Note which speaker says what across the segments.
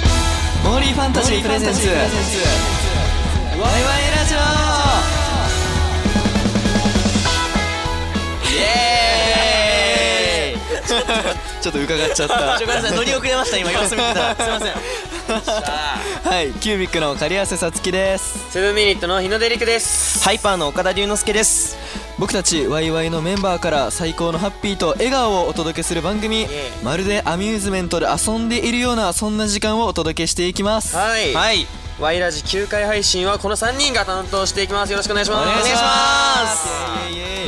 Speaker 1: リーファンタジープレゼンツワイワイラジオイエーイ
Speaker 2: ちょっと伺っちゃった
Speaker 1: ちょごめんなさい乗り遅れました今様子見てたすいません
Speaker 2: はいキュービックの狩汗さつきです
Speaker 3: セブンミニットの日野出陸です
Speaker 1: ハイパーの岡田龍之介です
Speaker 2: 僕たちワイワイのメンバーから最高のハッピーと笑顔をお届けする番組
Speaker 3: ーイ
Speaker 2: まるでアミューズメントで遊んでいるようなそんな時間をお届けしていきます
Speaker 3: はい、い、
Speaker 1: はい
Speaker 3: ワイラジ9回配信はこの3人が担当していきますよろしくお願いします
Speaker 2: お願いします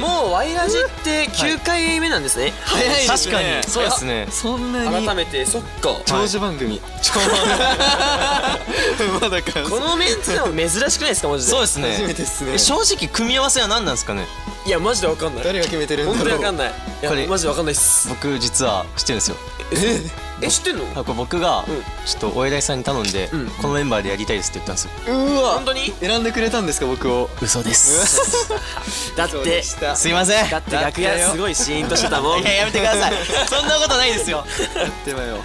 Speaker 3: もうワイラジって9回目なんですね、
Speaker 2: 早いですね
Speaker 1: 確かにそうですね
Speaker 2: そんなに
Speaker 3: 改めてそっか
Speaker 2: 長寿番組 まだか
Speaker 3: このメンツでも珍しくないですかマジで
Speaker 1: そうですね
Speaker 2: 初めてっすね
Speaker 1: え正直組み合わせは何なんですかね
Speaker 3: いやマジでわかんない
Speaker 2: 誰が決めてるんだろう
Speaker 3: 本当にわかんないい
Speaker 1: これ
Speaker 3: やマジでわかんないっす
Speaker 1: 僕実は知ってるんですよ
Speaker 3: え知ってんの
Speaker 1: あこれ僕が
Speaker 3: うん
Speaker 1: ちょっとお偉いさんに頼んで、
Speaker 3: うん
Speaker 1: このメンバーでやりたいですって言ったんですよ
Speaker 2: うわ
Speaker 3: 本当に
Speaker 2: 選んでくれたんですか僕を
Speaker 1: 嘘です
Speaker 3: だっ
Speaker 2: そう
Speaker 3: て
Speaker 2: でした
Speaker 1: すいません
Speaker 3: だって楽屋すごいシーンとしてたもん
Speaker 1: いややめてくだ さいそんなことないですよ
Speaker 2: 手前を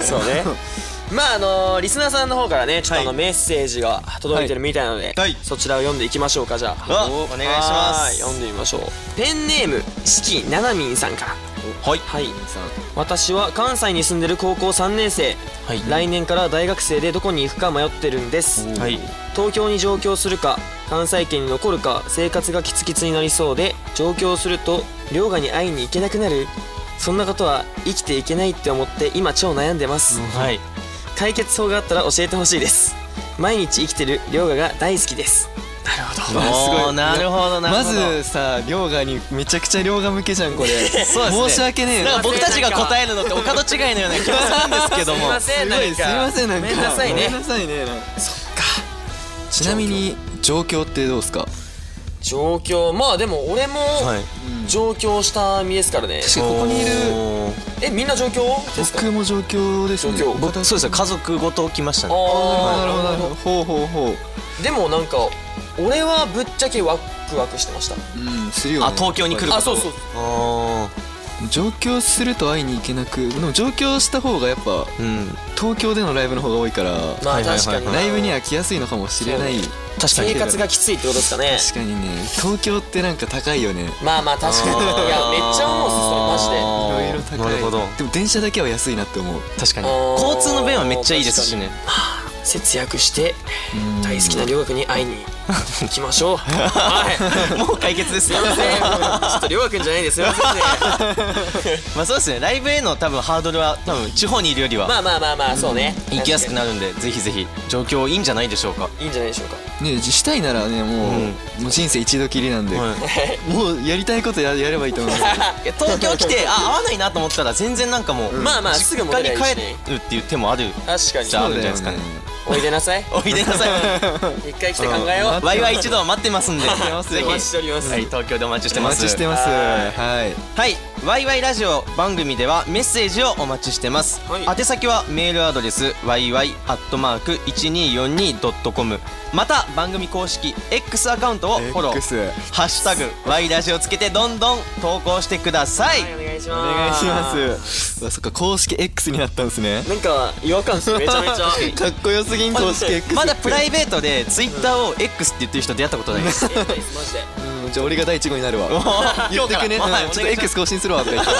Speaker 3: そう ねまああのーリスナーさんの方からねちょっとあのメッセージが届いてるみたいなので、
Speaker 1: はい
Speaker 3: そちらを読んでいきましょうかじゃあ
Speaker 1: あお願いします
Speaker 3: はい読んでみましょうペンネーム四季ななみんさんから
Speaker 1: はい
Speaker 3: はい
Speaker 2: さん
Speaker 3: 私は関西に住んでる高校3年生、
Speaker 1: はい
Speaker 3: 来年から大学生でどこに行くか迷ってるんです
Speaker 2: おー
Speaker 1: はい
Speaker 3: 東京に上京するか関西圏に残るか生活がキツキツになりそうで上京すると遼河に会いに行けなくなるそんなことは生きていけないって思って今超悩んでます、
Speaker 1: はい
Speaker 3: 解決法があったら教えてほしいです毎日生きてる涼河が大好きです
Speaker 2: わあすごい
Speaker 1: おーなるほどなるほ
Speaker 2: ま
Speaker 1: ど
Speaker 2: ずさ両側にめちゃくちゃ両側向けじゃんこれ
Speaker 1: そうですね
Speaker 2: 申し訳ねえ
Speaker 1: なん
Speaker 2: な
Speaker 1: か僕たちが答えるのって他の違いのような気がするんですけども
Speaker 3: せ
Speaker 2: すごいすいませんなんか
Speaker 3: ごめんなさいね
Speaker 2: ごめんなさいねなんかちなみに状況ってどうですか
Speaker 3: 上京まあでも俺も
Speaker 1: はい
Speaker 3: 上京した身ですからね、
Speaker 2: 確かにここにいる
Speaker 1: おー
Speaker 3: えみんな上京ですか
Speaker 2: 僕も状況ですね
Speaker 3: 状況
Speaker 1: 僕そうですね家族ごと来ましたね
Speaker 3: あー
Speaker 2: なるほどなるほどほうほうほう
Speaker 3: でもなんか俺はぶっちゃけワクワクしてました
Speaker 2: うんするよね
Speaker 1: あ東京に来る
Speaker 3: あそうそう
Speaker 1: あ
Speaker 2: 上京すると会いに行けなくでも上京した方がやっぱ
Speaker 1: ーうん
Speaker 2: 東京でのライブの方が多いから
Speaker 3: ま
Speaker 1: は
Speaker 3: あ
Speaker 1: いはいはい
Speaker 3: 確かにな
Speaker 2: ライブには来やすいのかもしれない
Speaker 1: 確かに
Speaker 3: 生活がきついってことですかね
Speaker 2: 確かにね東京ってなんか高いよね
Speaker 3: まあまあ確かにいやめっちゃ思うっすそ
Speaker 2: い
Speaker 3: れマジで
Speaker 2: ろいろ高い
Speaker 1: あーなるほど
Speaker 2: でも電車だけは安いなって思う
Speaker 1: 確かに
Speaker 3: あー
Speaker 1: 交通の便はめっちゃいいですしね
Speaker 3: 節約して大好きな涼学に会いに行きましょうはい
Speaker 1: もう解決です
Speaker 3: すい ませんちょっと涼学じゃないですよすいませんね
Speaker 1: まあそうですねライブへの多分ハードルは多分地方にいるよりは
Speaker 3: まあまあまあまあそうね
Speaker 1: 行きやすくなるんでぜひぜひ状況いいんじゃないでしょうか
Speaker 3: いいんじゃないでしょうか
Speaker 2: ねじしたいならねもう,、もう人生一度きりなんで、もうやりたいことややればいいと思います
Speaker 1: いや東京来てあ合わないなと思ったら全然なんかもう、
Speaker 3: まあまあす
Speaker 1: 実家
Speaker 3: ぐ
Speaker 1: に
Speaker 3: 戻ればいいしね
Speaker 1: 帰るっていう手もある
Speaker 3: 確か
Speaker 1: じゃあ
Speaker 3: に
Speaker 1: るんじゃないですかね
Speaker 2: そうだよ
Speaker 3: おいでなさい
Speaker 1: おいでなさい
Speaker 3: 一回来て考えよう
Speaker 1: ワイワイ一度は待って ますんでぜ
Speaker 2: ます
Speaker 1: ひ
Speaker 3: お待ちしております
Speaker 1: はい東京でお待ちして
Speaker 2: お
Speaker 1: ま
Speaker 2: 待
Speaker 1: す
Speaker 2: ちしてます
Speaker 3: は
Speaker 2: はい
Speaker 1: はい、ワイワイラジオ番組ではメッセージをお待ちしてます。
Speaker 3: はい
Speaker 1: 宛先はメールアドレス yy アットマーク一二四二ドットコム。また番組公式 X アカウントをフォロー。
Speaker 2: X お
Speaker 1: ハッシュタグワイラジオつけてどんどん投稿してください。
Speaker 3: はいお願いし
Speaker 2: 願い
Speaker 3: ます
Speaker 2: しますうわそっか公式 X になったんですね
Speaker 3: なんか違和感っすめちゃめ ちゃ
Speaker 2: かっこよすぎん公式 X
Speaker 1: まだプライベートでツイッターを X って言ってる人出会ったことないです。
Speaker 3: やばいっすマジで
Speaker 2: うんじゃあ俺が第一号にな るわ言ってくね、
Speaker 1: 今日からはい
Speaker 2: うんちょっと
Speaker 1: お願いします
Speaker 2: X 更新するわとか言って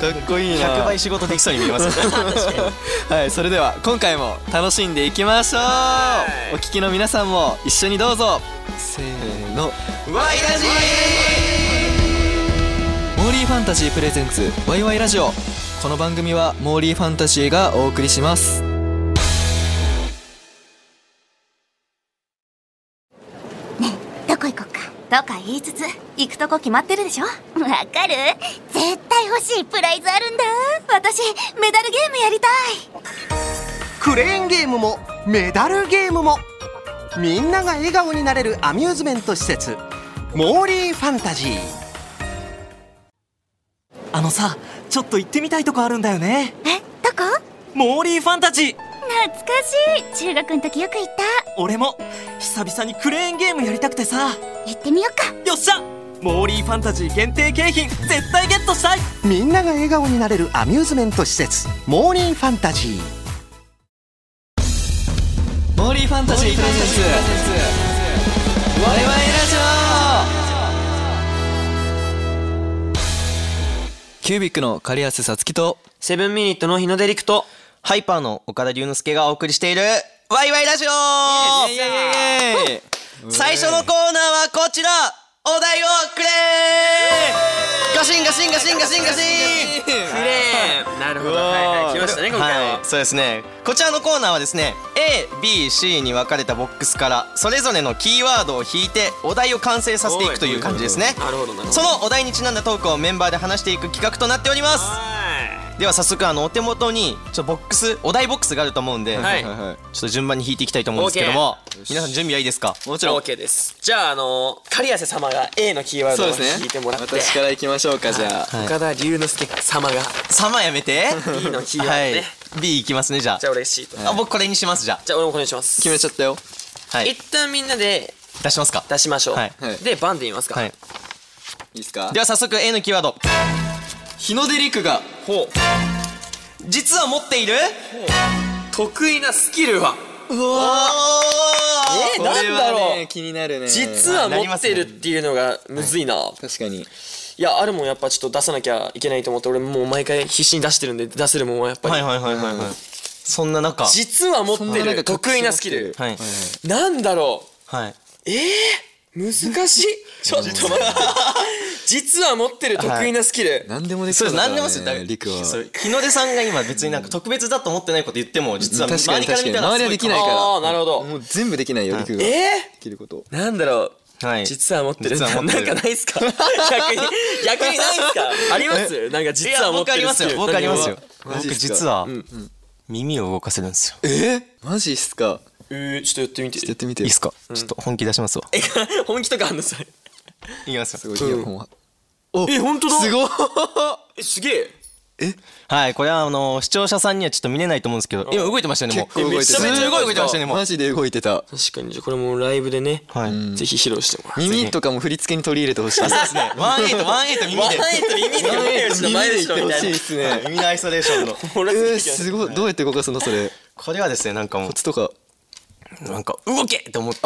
Speaker 2: かっこいいな
Speaker 1: 100倍仕事できそうに見えます。
Speaker 2: はい、それでは今回も楽しんでいきましょう
Speaker 3: はい
Speaker 2: お聞きの皆さんも一緒にどうぞせーの
Speaker 1: ワイラジ
Speaker 2: モーリーファンタジープレゼンツワイワイラジオこの番組はモーリーファンタジーがお送りします
Speaker 4: どこ行こっかとか言いつつ行くとこ決まってるでしょわかる絶対欲しいプライズあるんだ私メダルゲームやりたい
Speaker 5: クレーンゲームもメダルゲームもみんなが笑顔になれるアミューズメント施設モーリーファンタジー
Speaker 6: あのさちょっと行ってみたいとこあるんだよね
Speaker 4: えどこ
Speaker 6: モーリーファンタジー
Speaker 4: 懐かしい中学の時よく行った
Speaker 6: 俺も久々にクレーンゲームやりたくてさ
Speaker 4: 行ってみようか
Speaker 6: よっしゃモーリーファンタジー限定景品絶対ゲットしたい
Speaker 5: みんなが笑顔になれるアミューズメント施設モーリーファンタジー
Speaker 2: リーファンタジープレゼンツワイワイラジオキュービックの狩安さつきと
Speaker 3: セブンミニットの日の出陸と
Speaker 1: ハイパーの岡田龍之介がお送りしているワイワイラジオ最初のコーナーはこちらお題をくれガシンガシンガシンガシンガシン
Speaker 3: クレーンなるほどはいはい来ましたね今回は
Speaker 1: はい、そうですねこちらのコーナーはですね ABC に分かれたボックスからそれぞれのキーワードを引いてお題を完成させていくという感じですね
Speaker 3: なるほどなるほど
Speaker 1: そのお題にちなんだトークをメンバーで話していく企画となっております
Speaker 3: は
Speaker 1: では早速あのお手元にちょっとボックスお題ボックスがあると思うんで、
Speaker 3: はい
Speaker 2: は
Speaker 1: ちょっと順番に引いていきたいと思うんですけども皆さん準備はいいですか
Speaker 3: いオ
Speaker 1: も
Speaker 3: ッケーですじゃああのー狩瀬様が A のキーワード
Speaker 2: そう
Speaker 3: を
Speaker 2: です
Speaker 3: 引
Speaker 2: ね
Speaker 3: いてもらって
Speaker 2: 私からいきましょうかじゃあ
Speaker 1: はい
Speaker 3: 岡田龍之介様が
Speaker 1: 様やめて
Speaker 3: B のキーワード
Speaker 1: は
Speaker 3: ね
Speaker 1: い B いきますねじゃあ
Speaker 3: じゃあ俺 C と
Speaker 1: あ僕これにしますじゃ
Speaker 3: じゃあ俺もこれにします
Speaker 2: 決めちゃったよ
Speaker 1: あはい
Speaker 3: 一旦みんなで
Speaker 1: 出しますか
Speaker 3: 出しましょう、
Speaker 1: はい
Speaker 2: はい
Speaker 3: でバンで言いますか、
Speaker 1: はい
Speaker 2: いいですか
Speaker 1: では早速 A のキーワード
Speaker 2: 日の出陸が
Speaker 3: ほう
Speaker 1: 実は持っている
Speaker 3: 得意なスキルは
Speaker 1: おー
Speaker 3: えなんだ
Speaker 2: これ
Speaker 3: ろ
Speaker 2: は
Speaker 3: う、
Speaker 2: ね気になるね
Speaker 3: 実は持ってるっていうのがむずいな、
Speaker 2: 確かに
Speaker 3: いやあるもんやっぱちょっと出さなきゃいけないと思って俺もう毎回必死に出してるんで出せるもんはやっぱり、
Speaker 1: はいはいはいはいはいそんな中
Speaker 3: 実は持っ
Speaker 2: そ
Speaker 3: て
Speaker 2: んな
Speaker 3: る
Speaker 2: 中
Speaker 3: 得意なスキル
Speaker 1: はい
Speaker 3: なんだろ
Speaker 1: はい。
Speaker 3: う難しいちょっと待って実は持ってる得意なスキル、
Speaker 2: 何でもでき
Speaker 1: そうです。何でもす
Speaker 2: す
Speaker 1: る。だから
Speaker 2: 陸は
Speaker 1: そう日の出さんが今別になんか特別だと思ってないこと言っても実は
Speaker 2: 確か
Speaker 1: 周
Speaker 2: に
Speaker 1: りから
Speaker 2: 確か
Speaker 1: 見
Speaker 2: に
Speaker 1: たら
Speaker 2: 周りはできないから
Speaker 3: ああなるほど、
Speaker 2: もう全部できないよ陸がで
Speaker 3: え
Speaker 2: きること
Speaker 3: ー、なんだろう
Speaker 1: ら。はい。
Speaker 3: 実は持ってる
Speaker 1: 実は持ってる
Speaker 3: なんかないっすか逆に逆にないっすかありますなんか
Speaker 1: い
Speaker 3: 実
Speaker 1: や
Speaker 3: は持っ
Speaker 1: 僕あ
Speaker 3: て
Speaker 1: り
Speaker 3: る
Speaker 1: ま
Speaker 3: ス
Speaker 1: す
Speaker 3: キル
Speaker 1: よ。僕ありますよ。
Speaker 2: マジっすか
Speaker 1: 僕実は耳を動かせるんですよ。
Speaker 2: えマジっすか
Speaker 3: えー、ちょっとやってみ
Speaker 2: ちょっとやっててみて
Speaker 1: い
Speaker 2: よ
Speaker 1: いっすか。ちょっと本気出しますわ。
Speaker 3: え本気とかあんのそれ
Speaker 1: いきます
Speaker 2: す
Speaker 1: よ
Speaker 2: ごいイヤホンは
Speaker 3: え本当だ
Speaker 2: すごい
Speaker 3: えすげえ
Speaker 1: はい。これはあの視聴者さんにはちょっと見れないと思うんですけど、今動いてましたよねもう。
Speaker 2: 結構動いてた
Speaker 1: めちゃめちゃ動いてましたよねもう
Speaker 2: マ。ジで動いてた
Speaker 3: 確かにじゃあこれもライブでね、
Speaker 1: はい。そう
Speaker 3: ぜひ披露してもらって
Speaker 2: 耳とかも振り付けに取り入れてほしい
Speaker 1: で すね。ワンエイトワンエイト耳で。
Speaker 3: 耳で
Speaker 2: 耳で言ってほしいっすね
Speaker 1: 耳のアイソレーションの。
Speaker 3: ほら
Speaker 2: えー、すごいどうやって動かすのそれ
Speaker 1: これはですねなんかも
Speaker 2: コツとか
Speaker 1: うなんか動けって思って。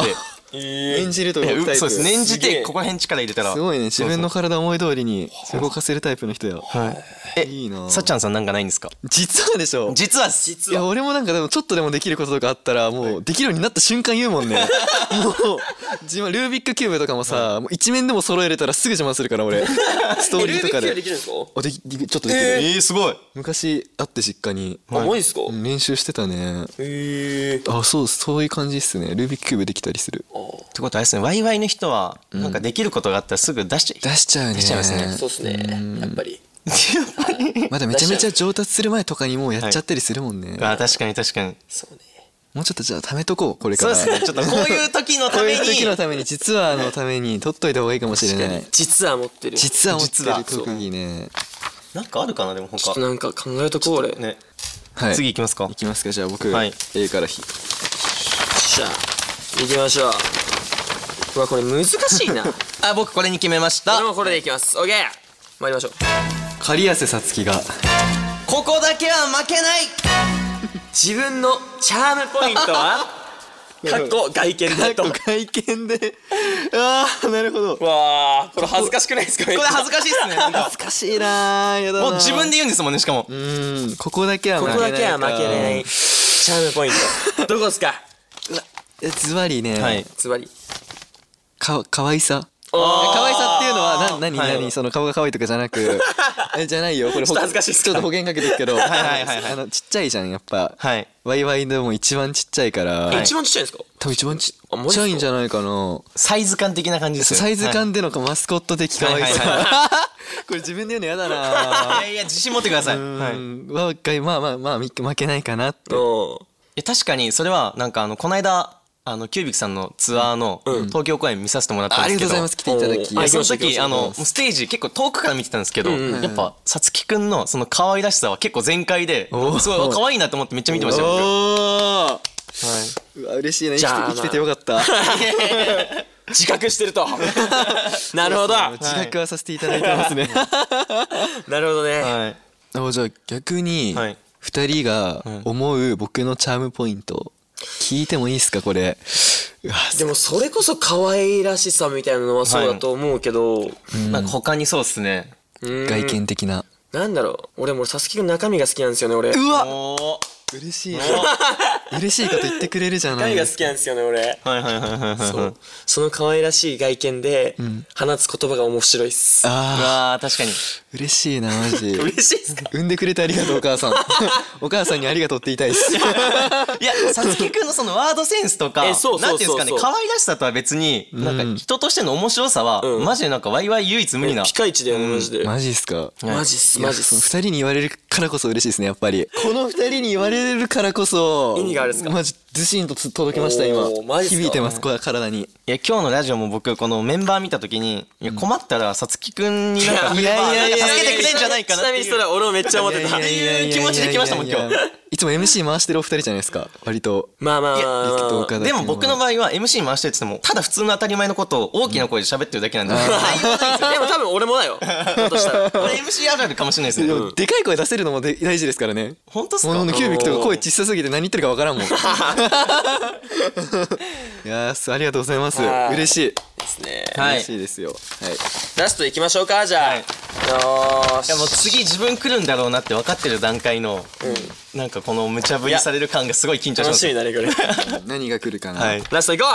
Speaker 2: 演じるとか
Speaker 1: え
Speaker 2: タイプ
Speaker 1: そうです念じ
Speaker 3: すげえ
Speaker 1: てここら辺力入れたら
Speaker 2: すごいね自分の
Speaker 1: そ
Speaker 2: 体思い通りに動かせるタイプの人や
Speaker 1: うそうはいえ
Speaker 2: いいな
Speaker 1: さっちゃんさんなんかないんですか
Speaker 2: 実はでしょ
Speaker 1: 実は実
Speaker 2: いや俺もなんかでもちょっとでもできることとかあったらもうできるようになった瞬間言うもんねもう自分ルービックキューブとかもさもう一面でも揃えれたらすぐ自慢するから俺ストー
Speaker 3: え
Speaker 2: リ
Speaker 3: ルー
Speaker 2: ーと
Speaker 3: ビッ
Speaker 2: か
Speaker 3: クキューブ
Speaker 2: で
Speaker 3: できるんですか
Speaker 2: あできできちょっとできる
Speaker 1: えーすごい
Speaker 2: 昔あって実家に
Speaker 3: あマジっすか
Speaker 2: うん練習してたね
Speaker 3: へえ
Speaker 2: あそうそういう感じっすねルービックキューブできたりする
Speaker 1: ってことはあれですねワイワイの人はなんかできることがあったらすぐ出しちゃ
Speaker 2: 出しちゃうね
Speaker 1: 出しちゃいますね
Speaker 3: そうっすねやっぱり
Speaker 2: まだめちゃめちゃ上達する前とかにもうやっちゃったりするもんね、
Speaker 1: い あ確かに確かに
Speaker 3: そうね
Speaker 2: もうちょっとじゃあ貯めとこうこれか
Speaker 1: そう
Speaker 2: ら
Speaker 1: ですねちょっとこういう時の
Speaker 2: こ
Speaker 1: た
Speaker 2: う
Speaker 1: め
Speaker 2: い
Speaker 1: に
Speaker 2: う 時のために実はあのために取っといた方がいいかもしれない
Speaker 3: 実は持ってる
Speaker 2: 実は持って
Speaker 1: 実は
Speaker 2: る特技ね
Speaker 1: なんかあるかなでも他
Speaker 3: ちょっとなんか考えとこう俺よ
Speaker 1: ね
Speaker 2: はい
Speaker 1: 次行きますか
Speaker 2: いきますかじゃあ僕、
Speaker 1: はい
Speaker 2: A からひ
Speaker 3: っしゃ行きましょううわこれ難しい な
Speaker 1: あ僕これに決めました
Speaker 3: 俺もこれでいきますオッケー参りましょう
Speaker 2: 狩安さつきが
Speaker 1: ここだけは負けない
Speaker 3: 自分のチャームポイントは かっこ外見だと
Speaker 2: 会見で ああなるほど
Speaker 3: わあこれ恥ずかしくないですかこれ
Speaker 1: これ恥ずかしいっすねなんか
Speaker 2: 難しいなーやだな
Speaker 1: もう自分
Speaker 2: で
Speaker 1: で言うんですもんねしかも
Speaker 2: うんここだけは負
Speaker 3: こ
Speaker 2: けない
Speaker 3: こだけは負けれないいチャームポイント どこですか
Speaker 2: ズバリね、
Speaker 1: はい
Speaker 3: つまり
Speaker 2: か可愛さ
Speaker 3: おー
Speaker 2: 可愛さっていうのはな何
Speaker 1: はい
Speaker 2: 何、その顔が可愛いとかじゃなくえじゃないよこれちょ
Speaker 3: っと恥ずかしいっすか
Speaker 2: ちょっと保険かけてるけどはい
Speaker 1: はいはいはい
Speaker 2: あのちっちゃいじゃんやっぱ
Speaker 1: はい
Speaker 2: ワイワイでも一番ちっちゃいから、
Speaker 3: え一番ちっちゃいんですか
Speaker 2: 多分一番ち
Speaker 3: あ
Speaker 2: っ
Speaker 3: マジっす
Speaker 2: ち
Speaker 3: か
Speaker 2: ゃいんじゃないかな
Speaker 1: サイズ感的な感じですよ
Speaker 2: サイズ感でのマスコット的可愛さ、
Speaker 1: はいは
Speaker 2: これ自分で言うのやだな
Speaker 1: はいいやいや自信持ってくださいは
Speaker 2: う
Speaker 1: い
Speaker 2: んは一回まあまあまあみ負けないかなって
Speaker 3: おー
Speaker 1: いや確かにそれはなんかあのこの間あのキュービックさんのツアーの東京公演見させてもらったん
Speaker 2: あ
Speaker 1: で
Speaker 2: り
Speaker 1: す
Speaker 2: がと
Speaker 1: け
Speaker 2: うご
Speaker 1: ど、
Speaker 2: ざいます来ていただき
Speaker 3: おー
Speaker 1: い
Speaker 3: あ
Speaker 1: や
Speaker 3: り
Speaker 1: そ
Speaker 3: がとうござ
Speaker 1: の
Speaker 3: います
Speaker 1: 時あのもうステージ結構遠くから見てたんですけど、やっぱさつきくんのその可愛らしさは結構全開で
Speaker 2: おー
Speaker 1: すごい可愛いなと思ってめっちゃ見てましたよ僕は
Speaker 2: お
Speaker 1: い
Speaker 2: ーうわ嬉しいね
Speaker 3: じ
Speaker 2: 生きて
Speaker 3: ゃあ
Speaker 2: 生きててよかった
Speaker 3: 自覚してる となるほど
Speaker 2: 自覚はさせていただいてますね
Speaker 3: なるほどね
Speaker 1: はい
Speaker 2: あじゃあ逆に
Speaker 1: はい
Speaker 2: 2人が思う僕のチャームポイント聞いてもいいっすかこれうわ
Speaker 3: でもそれこそ可愛らしさみたいなのはそうだと思うけど、
Speaker 1: なんか他にそうっすね。
Speaker 3: うん
Speaker 2: 外見的な
Speaker 3: なんだろう俺もうサスケの中身が好きなんですよね俺
Speaker 2: うわ
Speaker 1: お
Speaker 2: 嬉しい嬉しいこと言ってくれるじゃな
Speaker 3: 中
Speaker 2: い
Speaker 3: 身が
Speaker 2: で
Speaker 3: 好
Speaker 2: す
Speaker 3: きなんですよね俺
Speaker 1: ーはいはいはいはいはい。
Speaker 3: そうその可愛らしい外見で放つ言葉が面白いっす、
Speaker 1: う
Speaker 2: あ
Speaker 1: わー確かに。
Speaker 2: ー嬉しいなマジ
Speaker 3: 嬉しいっすか
Speaker 2: 産んでくれてありがとうお母さんお母さんにありがとうって言いたいっす
Speaker 1: いや、さつきくんのそのワードセンスとか、な
Speaker 3: えそうんそう
Speaker 1: ていう
Speaker 3: そ
Speaker 1: ん
Speaker 3: うそう
Speaker 1: ですかね、可愛らしさとは別に、なんか人としての面白さは、
Speaker 3: うん
Speaker 1: マジでなんかワイワイ唯一無二な。
Speaker 3: ピカイチだよねマジで、
Speaker 2: マジっすか
Speaker 3: マジっす
Speaker 2: いや
Speaker 3: マジっ
Speaker 2: その二
Speaker 3: す
Speaker 2: 人に言われるからこそ嬉しいですねやっぱりこの二人に言われるからこそ
Speaker 3: 意味があるんすか
Speaker 2: マジずしんとつ届きました今
Speaker 3: おーマジっすか
Speaker 2: 響いてますこれ体に
Speaker 1: いや、今日のラジオも僕、このメンバー見たときに、いや、困ったらさつきくんになんか、
Speaker 2: いやいやいやいや
Speaker 1: 助けてくれんじゃないかなっ
Speaker 3: ち
Speaker 1: て
Speaker 3: なみ
Speaker 1: い
Speaker 3: に
Speaker 1: う。
Speaker 3: それは俺もめっちゃ思っ
Speaker 2: い
Speaker 3: て
Speaker 2: や
Speaker 3: た
Speaker 2: いやいやいや
Speaker 1: っていう気持ちで来ましたもん
Speaker 2: いやいやいや
Speaker 1: 今
Speaker 2: いつも MC 回してるお二人じゃないですか割と
Speaker 3: まあまあまあ
Speaker 2: いや
Speaker 3: まあ
Speaker 2: 岡田
Speaker 1: でも僕の場合は MC 回してって言ってもただ普通の当たり前のことを大きな声で喋ってるだけなんで、
Speaker 3: でも多分俺もだよだとしたら
Speaker 1: これ MC あるあるかもしれないで
Speaker 2: で
Speaker 1: すね、
Speaker 2: もでかい声出せるのもで大事ですからね
Speaker 1: 本当っす
Speaker 2: も
Speaker 1: か
Speaker 2: ののキュービックとか声小さすぎて何言ってるかわからんもんいやーすありがとうございます
Speaker 3: はい
Speaker 2: 嬉しい
Speaker 3: ですね
Speaker 1: はい
Speaker 2: 嬉しいですよはい
Speaker 3: ラストいきましょうかじゃあ、
Speaker 1: はい
Speaker 3: よーし
Speaker 1: いやもう次自分来るんだろうなって分かってる段階の、なんかこの無茶ぶりされる感がすごい緊張しま
Speaker 3: 楽
Speaker 1: す
Speaker 3: しみだね これ
Speaker 2: 何が来るかな、
Speaker 1: はい
Speaker 3: ラストいこ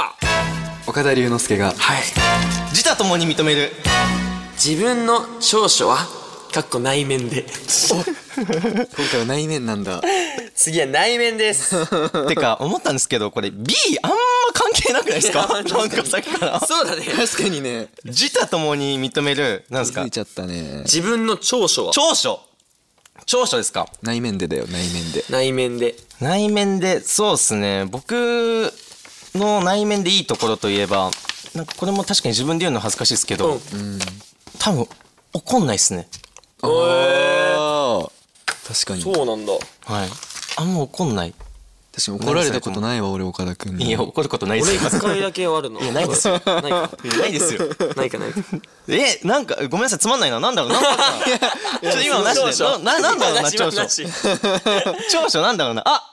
Speaker 2: 岡田龍之介が
Speaker 1: 自他ともに認める
Speaker 3: う自分の長所はかっこ内面で
Speaker 2: 今回は内面なんだ
Speaker 3: 次は内面です
Speaker 1: てか思ったんですけどこれ B あんま関係なくないですかなんかさっきから
Speaker 3: そうだね
Speaker 2: 確かにね
Speaker 1: 自他ともに認めるなんです
Speaker 2: 気づ
Speaker 1: か
Speaker 2: いちゃったね
Speaker 3: 自分の長所は
Speaker 1: 長所長所ですか
Speaker 2: 内面でだよ内面で
Speaker 3: 内面で
Speaker 1: 内面でそうですね僕の内面でいいところといえばなんかこれも確かに自分で言うの恥ずかしいですけど、
Speaker 3: う
Speaker 1: 多分怒んないですね
Speaker 2: あー確かに確
Speaker 3: そうなんだ
Speaker 1: はいあんま怒んない
Speaker 2: かに怒られたことないわ俺岡田君に
Speaker 1: いや怒ることないです
Speaker 3: 俺
Speaker 1: よ
Speaker 3: 一回だけあるのい
Speaker 1: やないですよ
Speaker 3: ないか
Speaker 1: いやないですよ
Speaker 3: ないかない か
Speaker 1: えなんかごめんなさいつまん ないななんだろうなんだろうなちょっと今のなしで
Speaker 3: 長所
Speaker 1: なななんだろうな
Speaker 3: 今
Speaker 1: 長
Speaker 3: なし
Speaker 1: 所長所なんだろうなあ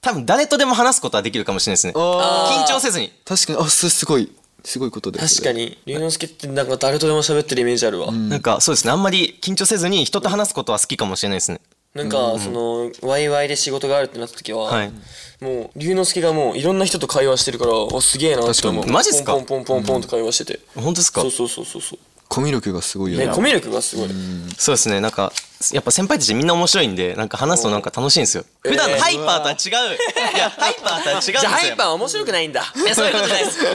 Speaker 1: 多分誰とでも話すことはできるかもしれないですね緊張せずに
Speaker 2: 確かにあすすごいすごいことだよ
Speaker 3: 確かに龍之介ってなんか誰とでも喋ってるイメージあるわ、
Speaker 1: なんかそうですねあんまり緊張せずに人と話すことは好きかもしれないですね
Speaker 3: なんかそのワイワイで仕事があるってなった時は、
Speaker 1: はい
Speaker 3: もう龍之介がもういろんな人と会話してるからおすげえなって思
Speaker 1: 確か
Speaker 3: う
Speaker 1: にマジっすか
Speaker 3: ポンポンポンポンポンと会話してて、
Speaker 1: 本当ですか
Speaker 3: そうそうそうそうそう
Speaker 2: コミュ力がすごいよ
Speaker 3: ね
Speaker 2: ね
Speaker 3: コミュ力がすごい、
Speaker 1: そうですねなんかやっぱ先輩たちみんな面白いんでなんか話すとなんか楽しいんですよ
Speaker 3: おー
Speaker 1: 普段の
Speaker 3: えー
Speaker 1: ハイパーとは違ういやハイパーとは違うんですよ
Speaker 3: じゃあハイパーは面白くないんだ
Speaker 1: いやそういうことじゃないですあ違うを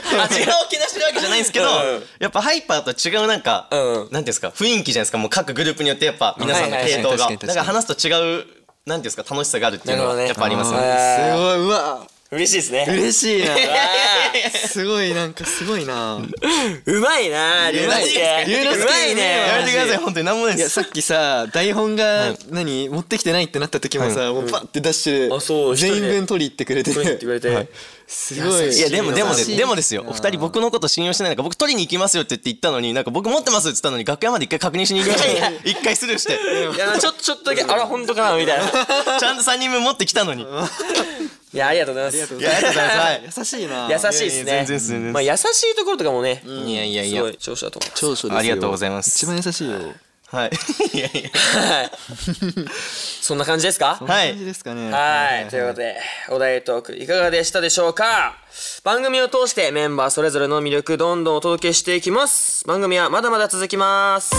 Speaker 1: 気なしてるわけじゃないんですけど
Speaker 3: うん
Speaker 1: やっぱハイパーとは違うなんか
Speaker 3: うん
Speaker 1: なんていうんですか雰囲気じゃないですかもう各グループによってやっぱ皆さんの
Speaker 3: はいはい
Speaker 1: 系
Speaker 2: 確
Speaker 1: 統
Speaker 2: か
Speaker 1: がだ
Speaker 2: に確かに
Speaker 1: から話すと違うなんていうんですか楽しさがあるっていうの
Speaker 3: なるほ
Speaker 1: は
Speaker 3: どね
Speaker 1: やっぱありますよね
Speaker 2: す
Speaker 3: ね
Speaker 2: ごいうわ
Speaker 3: 嬉しいですね
Speaker 2: 嬉しいな
Speaker 3: あ
Speaker 2: すごいなんかすごいな
Speaker 3: ーうまいな龍之介
Speaker 2: 龍之介
Speaker 3: うまいね
Speaker 1: やめてください本当に何もない
Speaker 2: い
Speaker 1: で
Speaker 2: や
Speaker 1: す
Speaker 2: さっきさ台本が何持ってきてないってなった時もさもうパッてダッシュ
Speaker 3: あそう
Speaker 2: で全員分取り行ってくれて
Speaker 3: 取りに行ってくれて、
Speaker 2: すごい
Speaker 1: いやでもでもで
Speaker 2: 優しい
Speaker 1: でもですよお二人僕のこと信用してないのか僕取りに行きますよって言って言ったのになんか僕持ってますって言ったのに楽屋まで一回確認しに行きましたね一回スルーして
Speaker 3: いやちょっとちょっとだけあら本当かなみたいな
Speaker 1: ちゃんと3人分持ってきたのにい
Speaker 3: いやありがとうございます
Speaker 1: やありがとうございますはい
Speaker 2: 優しいな
Speaker 3: 優しいです
Speaker 1: いやい
Speaker 3: ね
Speaker 1: や全然全然
Speaker 3: まあ優しいところとかもね、
Speaker 1: いやいやい
Speaker 3: す
Speaker 1: や
Speaker 3: ごい長所だと思う
Speaker 2: 長所ですよ
Speaker 1: ありがとうございます
Speaker 2: 一番優しいよ
Speaker 1: はいいやいや
Speaker 3: はいそんな感じですか
Speaker 2: こん
Speaker 1: は
Speaker 2: ない感じですかね
Speaker 3: はい。ということで、お題トークいかがでしたでしょうか番組を通してメンバーそれぞれの魅力どんどんお届けしていきます。番組はまだまだ続きます。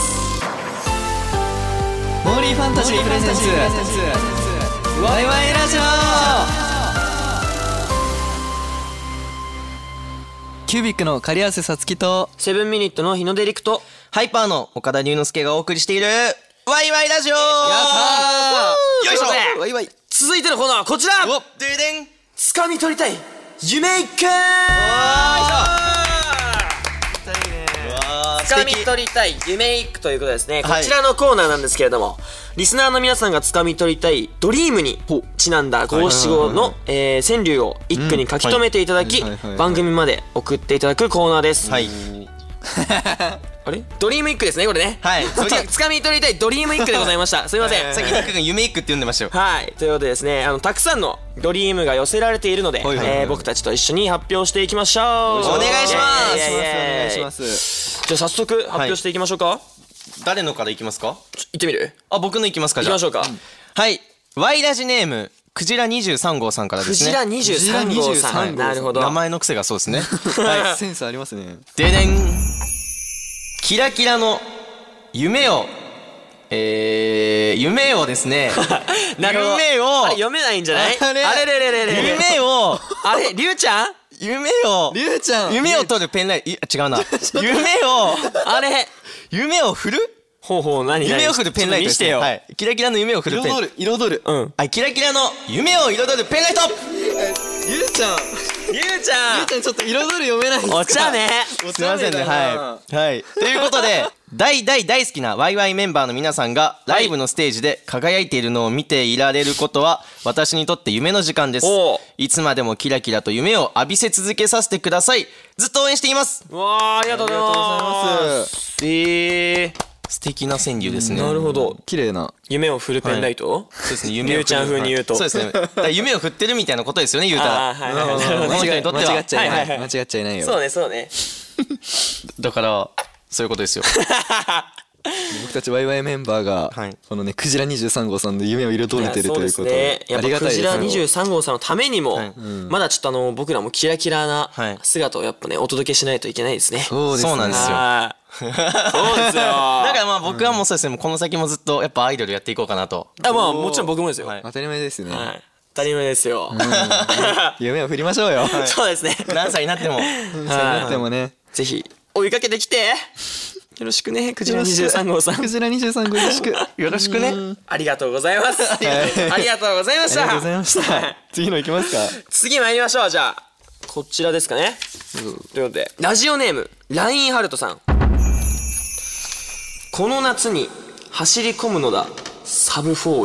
Speaker 2: モーリーファンタジープレゼンツワイワイラジオキュービックの狩瀬さつきと
Speaker 3: セブンミニットの日の出陸と、
Speaker 1: ハイパーの岡田龍之介がお送りしているワイワイラジオ
Speaker 3: よいしょ
Speaker 2: ワイワイ
Speaker 3: 続いてのコーナーはこちら
Speaker 1: おドゥデン
Speaker 3: 掴み取りたい夢一くん
Speaker 1: あー素
Speaker 3: 掴み
Speaker 1: 敵
Speaker 3: 取りたい夢一句ということですね、
Speaker 1: はい
Speaker 3: こちらのコーナーなんですけれどもリスナーの皆さんが掴み取りたいドリームにちなんだ五七五のえー川柳を一句に書き留めていただき
Speaker 2: うんはいはいはいはい
Speaker 3: 番組まで送っていただくコーナーです、
Speaker 1: はい
Speaker 3: あれドリームイックですねこれね
Speaker 1: はい
Speaker 3: それつかみ取りたいドリームイックでございましたすいません
Speaker 1: さっきニック君夢イックって呼んでましたよ
Speaker 3: はいということでですねあのたくさんのドリームが寄せられているので、
Speaker 2: はいはいはい
Speaker 3: えー僕たちと一緒に発表していきましょうお
Speaker 1: お願いします
Speaker 2: お願いします
Speaker 3: じゃあ早速発表していきましょうか、
Speaker 1: 誰のからいきますか
Speaker 3: ちょ行ってみる
Speaker 1: あ僕のいきますか
Speaker 3: 行
Speaker 1: じ
Speaker 3: き
Speaker 1: ゃあ
Speaker 3: ましょうか、
Speaker 1: はいワイラジネームクジラ23号さんからで
Speaker 3: ク
Speaker 1: す
Speaker 3: ジ
Speaker 1: ね
Speaker 3: ラ
Speaker 2: ク
Speaker 3: 23
Speaker 2: ジラ
Speaker 3: 号
Speaker 2: 23
Speaker 3: さ
Speaker 2: 号さ
Speaker 3: ん
Speaker 2: ん
Speaker 3: なるほど
Speaker 1: 名前の癖がそうですね
Speaker 2: はいセンスありますね
Speaker 1: ででんキラキラの夢をえー、夢をですね
Speaker 3: なるほど
Speaker 1: 夢を
Speaker 3: あれ読めないんじゃない
Speaker 1: あれ
Speaker 3: れれれれれれ
Speaker 1: 夢を
Speaker 3: あれりゅうちゃん
Speaker 1: 夢を
Speaker 2: りゅうちゃん
Speaker 1: 夢を取るペンライトいや違 うな夢を
Speaker 3: あれ
Speaker 1: 夢を振る
Speaker 3: ほうほう何何
Speaker 1: 夢を振るペンライト
Speaker 3: ちょっと見し
Speaker 1: です
Speaker 3: て
Speaker 1: ね
Speaker 3: よ、
Speaker 1: はいキラキラの夢を振るペン
Speaker 2: 彩る彩る
Speaker 3: うん
Speaker 1: あキラキラの夢を彩るペンライト
Speaker 2: りゅうちゃん
Speaker 3: りゅうちゃ
Speaker 2: りゅうち
Speaker 3: ん
Speaker 2: ゃんちょっと彩る読めないですか
Speaker 3: お茶ね
Speaker 2: お
Speaker 1: すいま
Speaker 2: 茶
Speaker 1: せんね
Speaker 2: だな
Speaker 1: はい、はい、ということで大大大好きなワイワイメンバーの皆さんがライブのステージで輝いているのを見ていられることは私にとって夢の時間です
Speaker 3: おう
Speaker 1: いつまでもキラキラと夢を浴びせ続けさせてくださいずっと応援しています
Speaker 3: うわあありがとうございますえ
Speaker 1: 素敵な川柳です
Speaker 3: ー、
Speaker 1: ね
Speaker 3: なるほど
Speaker 2: 綺麗な
Speaker 3: 夢を振るペンライト、
Speaker 1: そ うですね夢
Speaker 3: りゅ
Speaker 1: を
Speaker 3: うちゃん風に言うと
Speaker 1: そうですねだから夢を振ってるみたいなことですよね言うた
Speaker 3: あ
Speaker 1: ら
Speaker 3: あはいはいはい
Speaker 1: この人にとっては
Speaker 2: 間違っちゃいな
Speaker 3: はいはい
Speaker 2: い間違っちゃいないよ
Speaker 3: そうねそうね
Speaker 1: だからそういうことですよ
Speaker 2: 僕たちワイワイメンバーが、
Speaker 1: はい
Speaker 2: このねクジラ23号さんの夢を彩れてるということ
Speaker 3: やそうですね
Speaker 2: あり
Speaker 3: や
Speaker 2: が
Speaker 3: っぱ
Speaker 2: た
Speaker 3: ク
Speaker 2: い
Speaker 3: ジ
Speaker 2: で
Speaker 3: ラ
Speaker 2: すよ
Speaker 3: 23号さんのためにも、
Speaker 1: はい
Speaker 3: まだちょっとあの僕らもキラキラな
Speaker 1: はい
Speaker 3: 姿をやっぱねお届けしないといけないですね
Speaker 2: そうですね
Speaker 1: そうなんですよ
Speaker 3: はいそうですよ
Speaker 1: だからまあ僕はもうそうですねもうこの先もずっとやっぱアイドルやっていこうかなと
Speaker 3: あまあもちろん僕もですよ、
Speaker 1: はい
Speaker 2: 当たり前ですね、
Speaker 3: はい当たり前ですよ、
Speaker 2: 夢を振りましょうよ、
Speaker 3: そうですね
Speaker 1: 何歳になっても
Speaker 2: そうなってもね
Speaker 3: ぜひ追いかけてきてよろしくねクジラ23号さん
Speaker 2: クジラ23号よろしくあ
Speaker 1: よろしくね
Speaker 3: ありがとうございますあ
Speaker 2: い
Speaker 3: りがとうございまし
Speaker 2: りがとうござい
Speaker 3: た
Speaker 2: ました次の行きますか
Speaker 3: 次参りましょうじゃあこちらですかねということでラジオネームラインハルトさんこの夏に走り込むのだサブ 4A
Speaker 1: ほう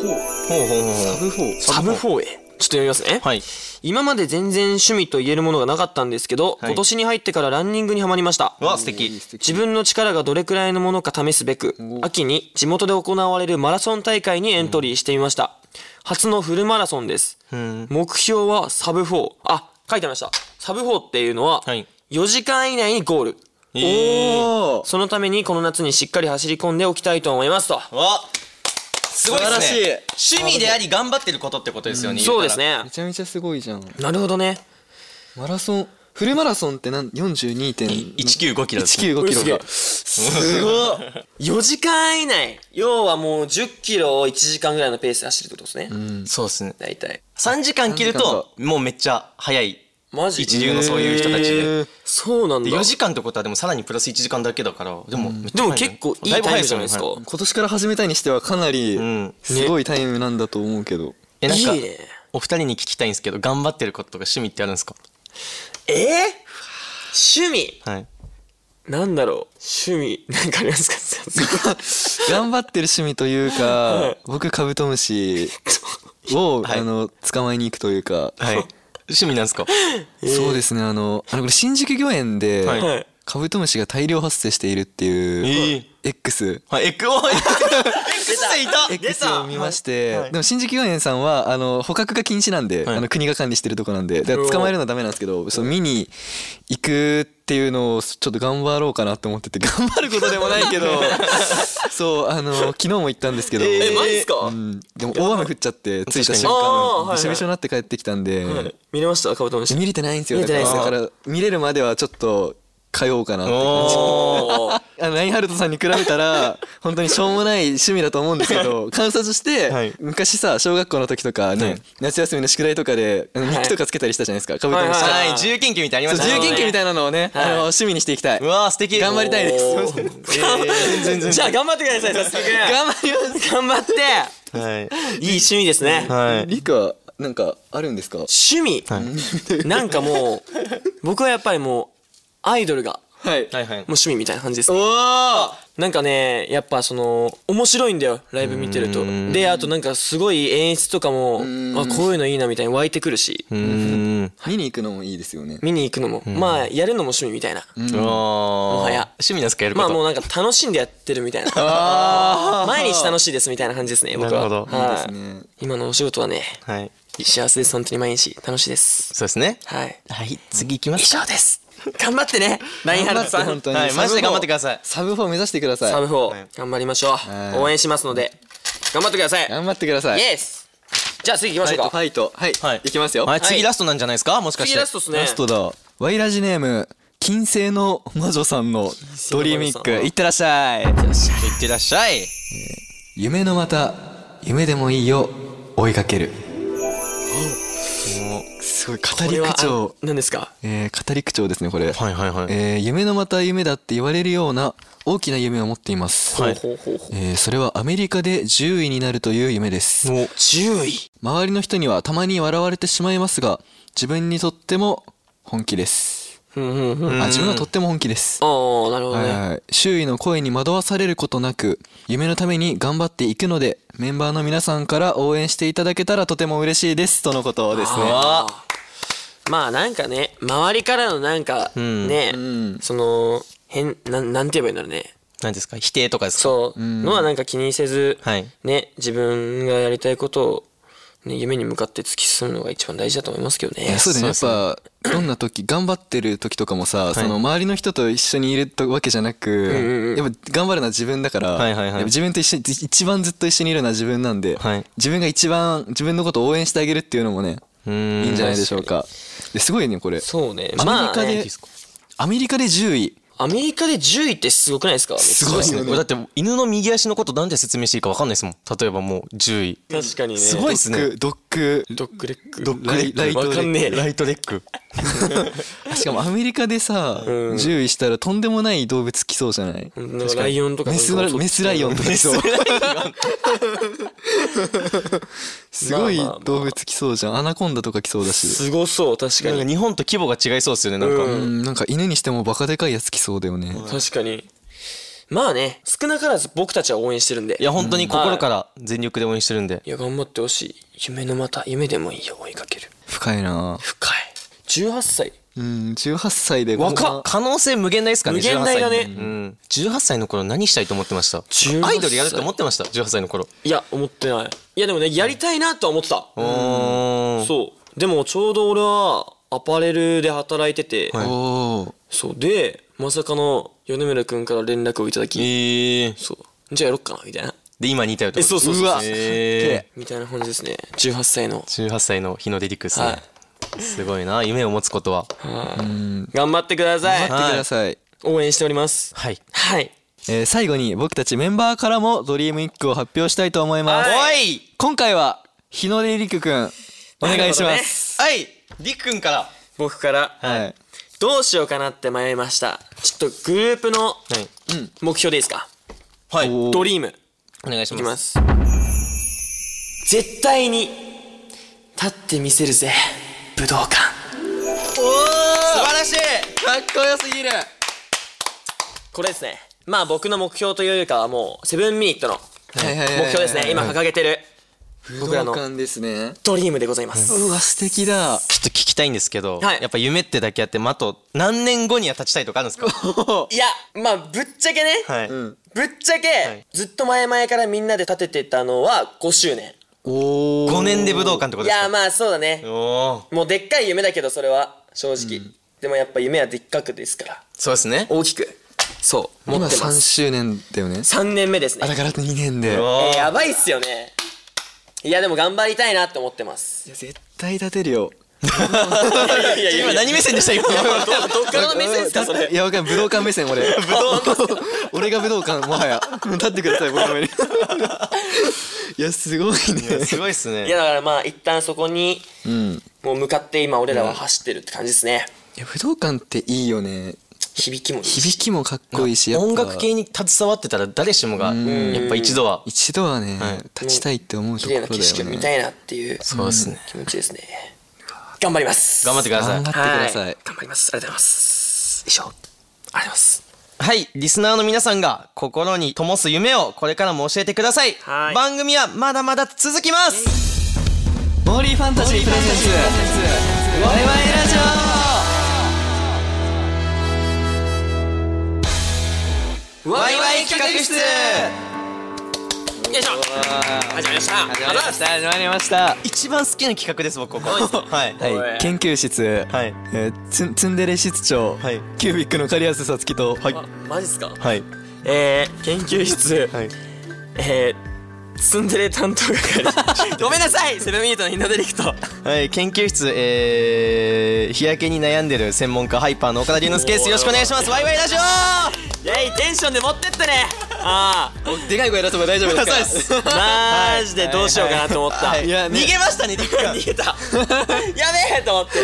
Speaker 1: ほうほうほう
Speaker 3: サブ 4A ちょっと読みますね
Speaker 1: はい
Speaker 3: 今まで全然趣味と言えるものがなかったんですけど、
Speaker 1: はい
Speaker 3: 今年に入ってからランニングにはまりました
Speaker 1: わ素敵
Speaker 3: 自分の力がどれくらいのものか試すべく秋に地元で行われるマラソン大会にエントリーしてみました、初のフルマラソンです、
Speaker 1: ん
Speaker 3: 目標はサブ4あ書いてありましたサブ4っていうのは
Speaker 1: はい
Speaker 3: 4時間以内にゴール
Speaker 2: おお
Speaker 3: そのためにこの夏にしっかり走り込んでおきたいと思いますと
Speaker 1: わすごいです
Speaker 2: 素晴
Speaker 1: ね趣味であり頑張ってることってことですよね、
Speaker 3: そうですね
Speaker 2: めちゃめちゃすごいじゃん
Speaker 3: なるほどね
Speaker 2: マラソンフルマラソンってなん42.195
Speaker 1: 195キロです、ね、
Speaker 2: キロ
Speaker 3: すげえ
Speaker 2: が
Speaker 3: すごい4時間以内要はもう1 0キロを1時間ぐらいのペースで走るってことですね、
Speaker 1: そうですね
Speaker 3: 大体
Speaker 1: 3時間切るともうめっちゃ早い
Speaker 3: マジ
Speaker 1: 一流のそういう人たちで
Speaker 2: えー
Speaker 3: そうなんだ
Speaker 1: で4時間ってことはでもさらにプラス1時間だけだからでもめっち
Speaker 3: で
Speaker 1: ゃ
Speaker 3: も
Speaker 1: 早いね
Speaker 3: 結構いい
Speaker 1: だぶ
Speaker 3: タイ
Speaker 1: 早
Speaker 3: ムじゃないですか、
Speaker 1: は
Speaker 2: 今年から始めたにしてはかなり
Speaker 1: ん
Speaker 2: すごいタイムなんだと思うけど、
Speaker 1: えなんか
Speaker 3: いいね
Speaker 1: お二人に聞きたいんですけど頑張ってることとか趣味ってあるんですか
Speaker 3: えー、趣味
Speaker 1: はい
Speaker 3: なんだろう趣味なんかありますか
Speaker 2: 頑張ってる趣味というか僕カブトム シを、
Speaker 1: はい
Speaker 2: あの捕まえに行くというか、
Speaker 1: はい 趣味なんですか
Speaker 2: そうですねあのあのこれ新宿御苑で、
Speaker 1: はい
Speaker 3: はい
Speaker 2: カブトムシが大量発生しているっていう、X
Speaker 1: はいエクオ X 生いた
Speaker 2: X を見ましてて、でも新宿御苑さんはあの捕獲が禁止なんで、
Speaker 1: はい
Speaker 2: あの国が管理してるとこなんでだから捕まえるのはダメなんですけどその見に行くっていうのをちょっと頑張ろうかなと思ってて頑張ることでもない けどそうあの昨日も行ったんですけど、
Speaker 3: えマジっすか、
Speaker 2: うん、でも大雨降っちゃって着いた瞬
Speaker 3: あーはいは
Speaker 2: 間
Speaker 3: い
Speaker 2: びしょびしょになって帰ってきたんで、
Speaker 3: 見れましたカブトムシ
Speaker 2: 見れてないんですよ
Speaker 3: 見れてないん
Speaker 2: だ
Speaker 3: す
Speaker 2: か
Speaker 3: よ
Speaker 2: らだから見れるまではちょっと通おうかなって感じ
Speaker 3: おー
Speaker 2: あのラインハルトさんに比べた ら本当にしょうもない趣味だと思うんですけど観察して、
Speaker 1: はい
Speaker 2: 昔さ小学校の時とかね、
Speaker 1: はい
Speaker 2: 夏休みの宿題とかであの日記とかつけたりしたじゃないですかカブトムシ
Speaker 3: はい
Speaker 2: そう
Speaker 1: はい自由研究みたいなのありまし
Speaker 2: 自
Speaker 1: た
Speaker 2: 由
Speaker 1: ね
Speaker 2: 研究みたいなのをね、
Speaker 3: い
Speaker 2: あの趣味にしていきたいう
Speaker 1: わー素敵
Speaker 2: 頑張りたいです
Speaker 3: お
Speaker 2: 頑
Speaker 3: じゃあ頑張ってください早速
Speaker 2: 張ります
Speaker 3: 頑張って
Speaker 1: はい
Speaker 3: いい趣味ですね、
Speaker 1: はい
Speaker 2: リカはなんかあるんですか
Speaker 3: 趣味、なんかもう僕はやっぱりもうアイドルが
Speaker 2: はい
Speaker 1: はいは
Speaker 3: も
Speaker 1: い
Speaker 3: う趣味みたいな感じです
Speaker 2: おお
Speaker 3: なんかねやっぱその面白いんだよライブ見てるとであとなんかすごい演出とかもあこういうのいいなみたいに湧いてくるし
Speaker 1: うん
Speaker 2: 見に行くのもいいですよね
Speaker 3: 見に行くのもまあやるのも趣味みたいな
Speaker 1: も
Speaker 3: はや
Speaker 1: 趣味なんですかやるこ
Speaker 3: まあ
Speaker 1: と
Speaker 3: もうなんか楽しんでやってるみたいな毎日楽しいですみたいな感じですね僕は
Speaker 1: なるほど
Speaker 3: はい
Speaker 2: ね
Speaker 3: 今のお仕事はね
Speaker 1: はい
Speaker 3: 幸せです本当に毎日楽しいです
Speaker 1: そうですね
Speaker 3: はい
Speaker 1: はい次行きま
Speaker 3: 以
Speaker 1: す
Speaker 3: 上です頑張ってねラインハルトさん
Speaker 2: 本当に
Speaker 1: はいマジで頑張ってください
Speaker 2: サブ4目指してくださ
Speaker 3: サブ
Speaker 2: い
Speaker 3: 4、
Speaker 1: はい
Speaker 3: 頑張りましょ
Speaker 2: はいう
Speaker 3: 応援しますので頑張ってください、
Speaker 2: 頑張ってください
Speaker 3: イエスじゃあ次行きましょうか、
Speaker 2: ファイトファイトはいいきますよ
Speaker 1: は
Speaker 3: は
Speaker 1: い次
Speaker 3: い
Speaker 1: ラストなんじゃないですかもしかして
Speaker 3: 次ラストっすね
Speaker 2: ラストだワイラジネーム金星の魔女さんのドリーミックいってらっしゃい
Speaker 1: いってらっしゃい
Speaker 2: 夢のまた夢でもいいよ追いかけるすごい語り口調
Speaker 3: これはあ何ですか
Speaker 2: えー、語り口調ですねこれ、
Speaker 1: いはいはい
Speaker 2: えー夢のまた夢だって言われるような大きな夢を持っています、
Speaker 1: はい
Speaker 3: ほうほうほう
Speaker 2: えーそれはアメリカで10位になるという夢です
Speaker 3: 10位
Speaker 2: 周りの人にはたまに笑われてしまいますが自分にとっても本気です
Speaker 3: うんうんうんあ
Speaker 2: あ自分はとっても本気です
Speaker 3: あなるほど
Speaker 2: はい
Speaker 3: ね
Speaker 2: はい周囲の声に惑わされることなく夢のために頑張っていくのでメンバーの皆さんから応援していただけたらとても嬉しいですとのことですね
Speaker 3: あーまあなんかね周りからのなんか
Speaker 1: ん
Speaker 3: ね、
Speaker 2: うん
Speaker 3: その変なんなんて言えばいいんだろうね
Speaker 1: 何ですか否定とかですか
Speaker 3: そうのはなんか気にせず、
Speaker 1: はい
Speaker 3: ね自分がやりたいことを、ね、夢に向かって突き進むのが一番大事だと思いますけど
Speaker 2: い
Speaker 3: ね
Speaker 2: やそうだよねやっ
Speaker 1: そう
Speaker 2: ぱどんな時頑張ってる時とかもさ、その周りの人と一緒にいるわけじゃなく、やっぱ頑張るのは自分だから、
Speaker 1: はいはいはい
Speaker 2: やっぱ自分と一緒に一番ずっと一緒にいるのは自分なんで、
Speaker 1: はい
Speaker 2: 自分が一番自分のことを応援してあげるっていうのもね
Speaker 1: う
Speaker 2: い
Speaker 1: ー
Speaker 2: いん
Speaker 1: ん
Speaker 2: じゃないでしょうかですごいねこれ
Speaker 3: そうね
Speaker 2: アメ
Speaker 3: ま
Speaker 2: リ
Speaker 3: あ
Speaker 2: カで、
Speaker 3: ね
Speaker 2: アメリカで10位
Speaker 3: アメリカで10位ってすごくないですか
Speaker 2: す
Speaker 1: そう
Speaker 2: ごい
Speaker 1: で
Speaker 2: よ
Speaker 1: す
Speaker 2: ね
Speaker 1: ねだって犬の右足のことなんて説明していいかわかんないですもん例えばもう10位
Speaker 3: 確かにね
Speaker 1: すごいっすね
Speaker 2: ドッグドッグ
Speaker 3: ドッグレック
Speaker 2: ドッグレック
Speaker 3: ライトレックわかんねえ
Speaker 1: ライトレック
Speaker 2: しかもアメリカでさ、10位したらとんでもない動物来そうじゃない
Speaker 3: なんかライオンとか
Speaker 2: メ
Speaker 3: なん
Speaker 2: ス
Speaker 3: か
Speaker 2: ラメスライオンとか来 そうすごい
Speaker 3: まあまあまあ
Speaker 2: 動物来そうじゃんアナコンダとか来そうだし
Speaker 3: すごそう確か
Speaker 1: なんか
Speaker 3: に
Speaker 1: 日本と規模が違いそうですよねなんか、
Speaker 2: う
Speaker 3: うん
Speaker 2: んなんか犬にしてもバカでかいやつ来そうだよね
Speaker 3: 確かにまあね少なからず僕たちは応援してるんで
Speaker 1: いや本当に心から全力で応援してるんで、
Speaker 3: いや頑張ってほしい夢のまた夢でもいいよ追いかける
Speaker 2: 深いな
Speaker 3: 深い18歳
Speaker 2: うん18歳で
Speaker 1: 若っ可能性無限大ですから
Speaker 3: 無
Speaker 1: ね
Speaker 3: 限大だね
Speaker 1: 18歳うん、18歳の頃何したいと思ってました
Speaker 3: 18歳
Speaker 1: アイドルやると思ってました18歳の頃
Speaker 3: いや思ってないいやでもねやりたいなとは思ってた
Speaker 1: お
Speaker 3: そうでもちょうど俺はアパレルで働いてて、
Speaker 1: はい
Speaker 2: おお
Speaker 3: そうでまさかの米村君から連絡をいただき、
Speaker 1: ええ
Speaker 3: そうじゃあやろっかなみたいな
Speaker 1: で今にいたよって
Speaker 3: え
Speaker 1: こと
Speaker 3: そうそうそうそう
Speaker 1: え
Speaker 3: みたいな感じですね18歳の
Speaker 1: ー、18歳の日の出陸ですね、
Speaker 3: は
Speaker 1: すごいな夢を持つことは
Speaker 3: 頑張ってください
Speaker 2: 待ってください
Speaker 3: 応援しております
Speaker 1: はい
Speaker 3: はい
Speaker 2: えー最後に僕たちメンバーからもドリームイックを発表したいと思います
Speaker 1: おい
Speaker 2: 今回は日の出陸くんお願いします、
Speaker 1: はいりくんから
Speaker 3: 僕から、
Speaker 2: はい
Speaker 3: どうしようかなって迷いましたちょっとグループの
Speaker 1: はい
Speaker 3: 目標でいいですか
Speaker 1: はい
Speaker 2: お
Speaker 3: ドリーム
Speaker 1: お願いし
Speaker 3: い
Speaker 1: ま
Speaker 3: き
Speaker 1: す
Speaker 3: ます絶対に立ってみせるぜ武道館
Speaker 1: 素晴らしい
Speaker 2: かっこよすぎる
Speaker 3: これですねまあ僕の目標というよりかはもうセブンミニットの
Speaker 2: はいはいはいはい
Speaker 3: 目標ですね今掲げてる僕らの
Speaker 2: ですね
Speaker 3: ドリームでございます
Speaker 2: うわ素敵だ
Speaker 1: ちょっと聞きたいんですけど、
Speaker 3: はい
Speaker 1: やっぱ夢ってだけあってまああと何年後には立ちたいとかあるんですか
Speaker 3: いやまあぶっちゃけね、
Speaker 1: はい、
Speaker 3: ぶっちゃけ、
Speaker 1: い
Speaker 3: ずっと前々からみんなで立ててたのは5周年
Speaker 2: おお
Speaker 1: 5年で武道館ってこと
Speaker 3: い
Speaker 1: ですか
Speaker 3: やまあそうだね
Speaker 1: おー
Speaker 3: もうでっかい夢だけどそれは正直、でもやっぱ夢はでっかくですから
Speaker 1: そうですね
Speaker 3: 大きくそう持
Speaker 2: 今
Speaker 3: ってま
Speaker 2: 3
Speaker 3: す
Speaker 2: 周年だよね
Speaker 3: 3年目ですね
Speaker 2: あだから2年で
Speaker 1: お
Speaker 3: え
Speaker 1: ー
Speaker 3: ーやばいっすよねいやでも頑張りたいなって思ってます
Speaker 2: いや絶対立てるよ
Speaker 3: いやいやいや
Speaker 1: 今何目線でした今
Speaker 3: どっからの目線ですかそれ
Speaker 2: いやわかんない武道館目線俺武道館 俺が武道館もはや立ってください僕の前に いやすごいね
Speaker 1: すごいっすね
Speaker 3: いやだからまあ一旦そこに
Speaker 2: うん
Speaker 3: もう向かって今俺らは走ってるって感じですね
Speaker 2: いや武道館っていいよね
Speaker 3: 響きもいい
Speaker 2: 響きもかっこいいしやっぱ
Speaker 1: 音楽系に携わってたら誰しもがやっぱ一度は
Speaker 2: 一度はね、
Speaker 1: はい
Speaker 2: 立ちたいって思うと
Speaker 3: 綺
Speaker 2: ころだ
Speaker 3: 麗な
Speaker 2: よね
Speaker 3: 景色を見たいなっていう
Speaker 1: そうですね
Speaker 3: 気持ちですね頑張ります
Speaker 1: 頑張ってください
Speaker 2: 頑張ってください
Speaker 3: は頑張りますありがとうございます以上あります
Speaker 1: はい、リスナーの皆さんが心に灯す夢をこれからも教えてください。
Speaker 3: はい
Speaker 1: 番組はまだまだ続きます。
Speaker 2: モーリーファンタジープレゼンツ
Speaker 1: ワイワイラジオ。ワイワイ企画室。
Speaker 3: よいしょ始まりました
Speaker 1: 始まりました。始まりました。一番好きな企画です僕ここ。はい。はい。
Speaker 2: はい研究室
Speaker 1: はい。
Speaker 2: えーツンツンデレ室長
Speaker 1: はい
Speaker 2: キュービックの狩安さつきと
Speaker 1: はい。
Speaker 3: マジっすか
Speaker 1: はい。
Speaker 3: えー、研究室、
Speaker 1: はい
Speaker 3: えー、ツンデレ担当係ごめんなさいセブンミートのヒナデリクト
Speaker 1: はい、研究室、えー、日焼けに悩んでる専門家ハイパーの岡田龍之介です。よろしくお願いします。ワイワイラジオ。
Speaker 3: イェイテンションで持ってってねあ
Speaker 1: でかい声出せば大丈夫です から。そうです。
Speaker 3: あマジでどうしようかなと思った、
Speaker 1: いや、逃げましたね。逃げ
Speaker 3: 逃げたやべえと思って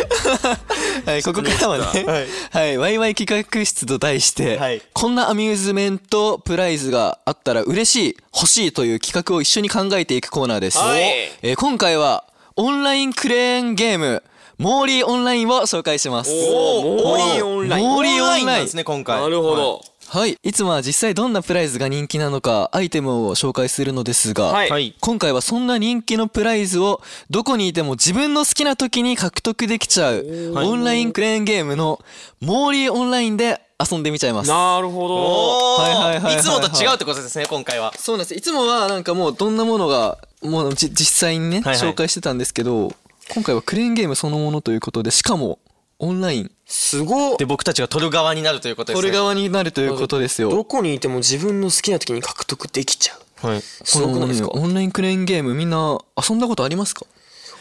Speaker 2: はい、ここからはね、はい、ワイワイ企画室と題して、
Speaker 1: はい
Speaker 2: こんなアミューズメントプライズがあったら嬉しい、欲しいという企画を一緒に考えていくコーナーです。
Speaker 3: はい
Speaker 2: えー今回は、オンラインクレーンゲーム、モーリーオンラインを紹介します。
Speaker 3: おーモーリーオンライン
Speaker 2: モーリーオンライン
Speaker 1: なんですね、今回。
Speaker 3: なるほど、
Speaker 2: はい。いつもは実際どんなプライズが人気なのか、アイテムを紹介するのですが、
Speaker 3: はい
Speaker 1: はい
Speaker 2: 今回はそんな人気のプライズを、どこにいても自分の好きな時に獲得できちゃう、オンラインクレーンゲームの、モーリーオンラインで遊んでみちゃいます。
Speaker 3: なるほど
Speaker 1: おー
Speaker 2: はいはいはいはいはい
Speaker 1: いつもと違うってことですね、今回は。
Speaker 2: そうなんです。いつもはなんかもうどんなものが、もうじ実際にね、
Speaker 1: はいはい
Speaker 2: 紹介してたんですけど、今回はクレーンゲームそのものということで、しかも、オンライン、
Speaker 3: すごっ
Speaker 1: で、僕たちが取る側になるということです
Speaker 2: 取
Speaker 1: ね。
Speaker 2: る側になるということですよ。
Speaker 3: どこにいても自分の好きな時に獲得できちゃう
Speaker 1: 側。はい。
Speaker 3: すごくないですか
Speaker 2: このオンラインクレーンゲームみんな遊んだことありますか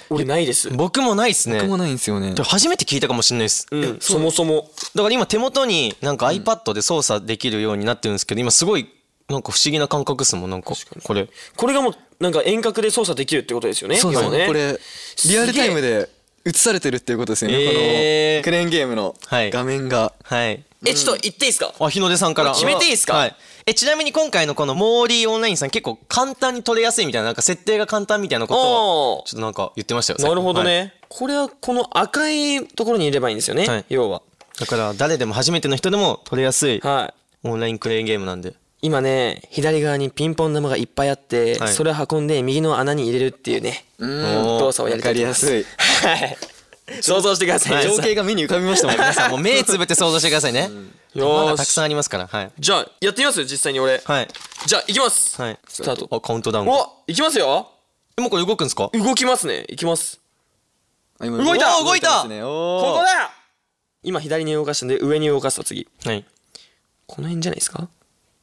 Speaker 3: 俺ないです
Speaker 1: 僕もないっすね。
Speaker 2: 僕もないんですよね
Speaker 1: で。初めて聞いたかもしれないです。
Speaker 3: うんそもそも
Speaker 1: だから今手元になんか iPad で操作できるようになってるんですけど、今すごいなんか不思議な感覚っすもん、なんか。これ。
Speaker 3: これがもうなんか遠隔で操作できるってことですよね
Speaker 2: そうです
Speaker 3: 要は
Speaker 2: ね。これ、リアルタイムで映されてるっていうことですよね。この
Speaker 1: えー
Speaker 2: クレーンゲームの
Speaker 1: はい
Speaker 2: 画面が。
Speaker 1: はい。
Speaker 3: えちょっと言っていいですか
Speaker 1: あ、日の出さんから。
Speaker 3: 決めていいっすか
Speaker 1: はい。え、ちなみに今回のこのモーリーオンラインさん結構簡単に取れやすいみたいな、なんか設定が簡単みたいなこと
Speaker 3: お
Speaker 1: を、
Speaker 3: ー
Speaker 1: ちょっとなんか言ってましたよ。
Speaker 3: なるほど
Speaker 1: はい
Speaker 3: ね、これはこの赤いところにいればいいんですよね、
Speaker 1: はい
Speaker 3: 要は
Speaker 1: だから誰でも初めての人でも取れやすい
Speaker 3: はい
Speaker 1: オンラインクレーンゲームなんで。
Speaker 3: 今ね左側にピンポン玉がいっぱいあって、
Speaker 1: はい
Speaker 3: それを運んで右の穴に入れるっていうね
Speaker 1: おー
Speaker 3: 動作をやりたいと思います
Speaker 2: わかり
Speaker 3: はい想像してください、
Speaker 2: 情
Speaker 3: 皆さん
Speaker 2: 景が目に浮かびました もんね。
Speaker 1: 皆さんもう目つぶって想像してくださいね。
Speaker 3: よーし
Speaker 1: まだたくさんありますから。はい。
Speaker 3: じゃあやってみます実際に俺、
Speaker 1: はい。
Speaker 3: じゃあ行きます、
Speaker 1: はい。
Speaker 3: スタート
Speaker 1: あ、カウントダウン。
Speaker 3: お行きますよ
Speaker 1: もうこれ動くんですか
Speaker 3: 動きますね行きます
Speaker 2: 動
Speaker 1: いた動
Speaker 2: 動
Speaker 1: い
Speaker 2: いた
Speaker 1: た
Speaker 2: こ
Speaker 3: ここだ今左に動かしたんで上に動かすと次
Speaker 1: はい。
Speaker 3: この辺じゃないですか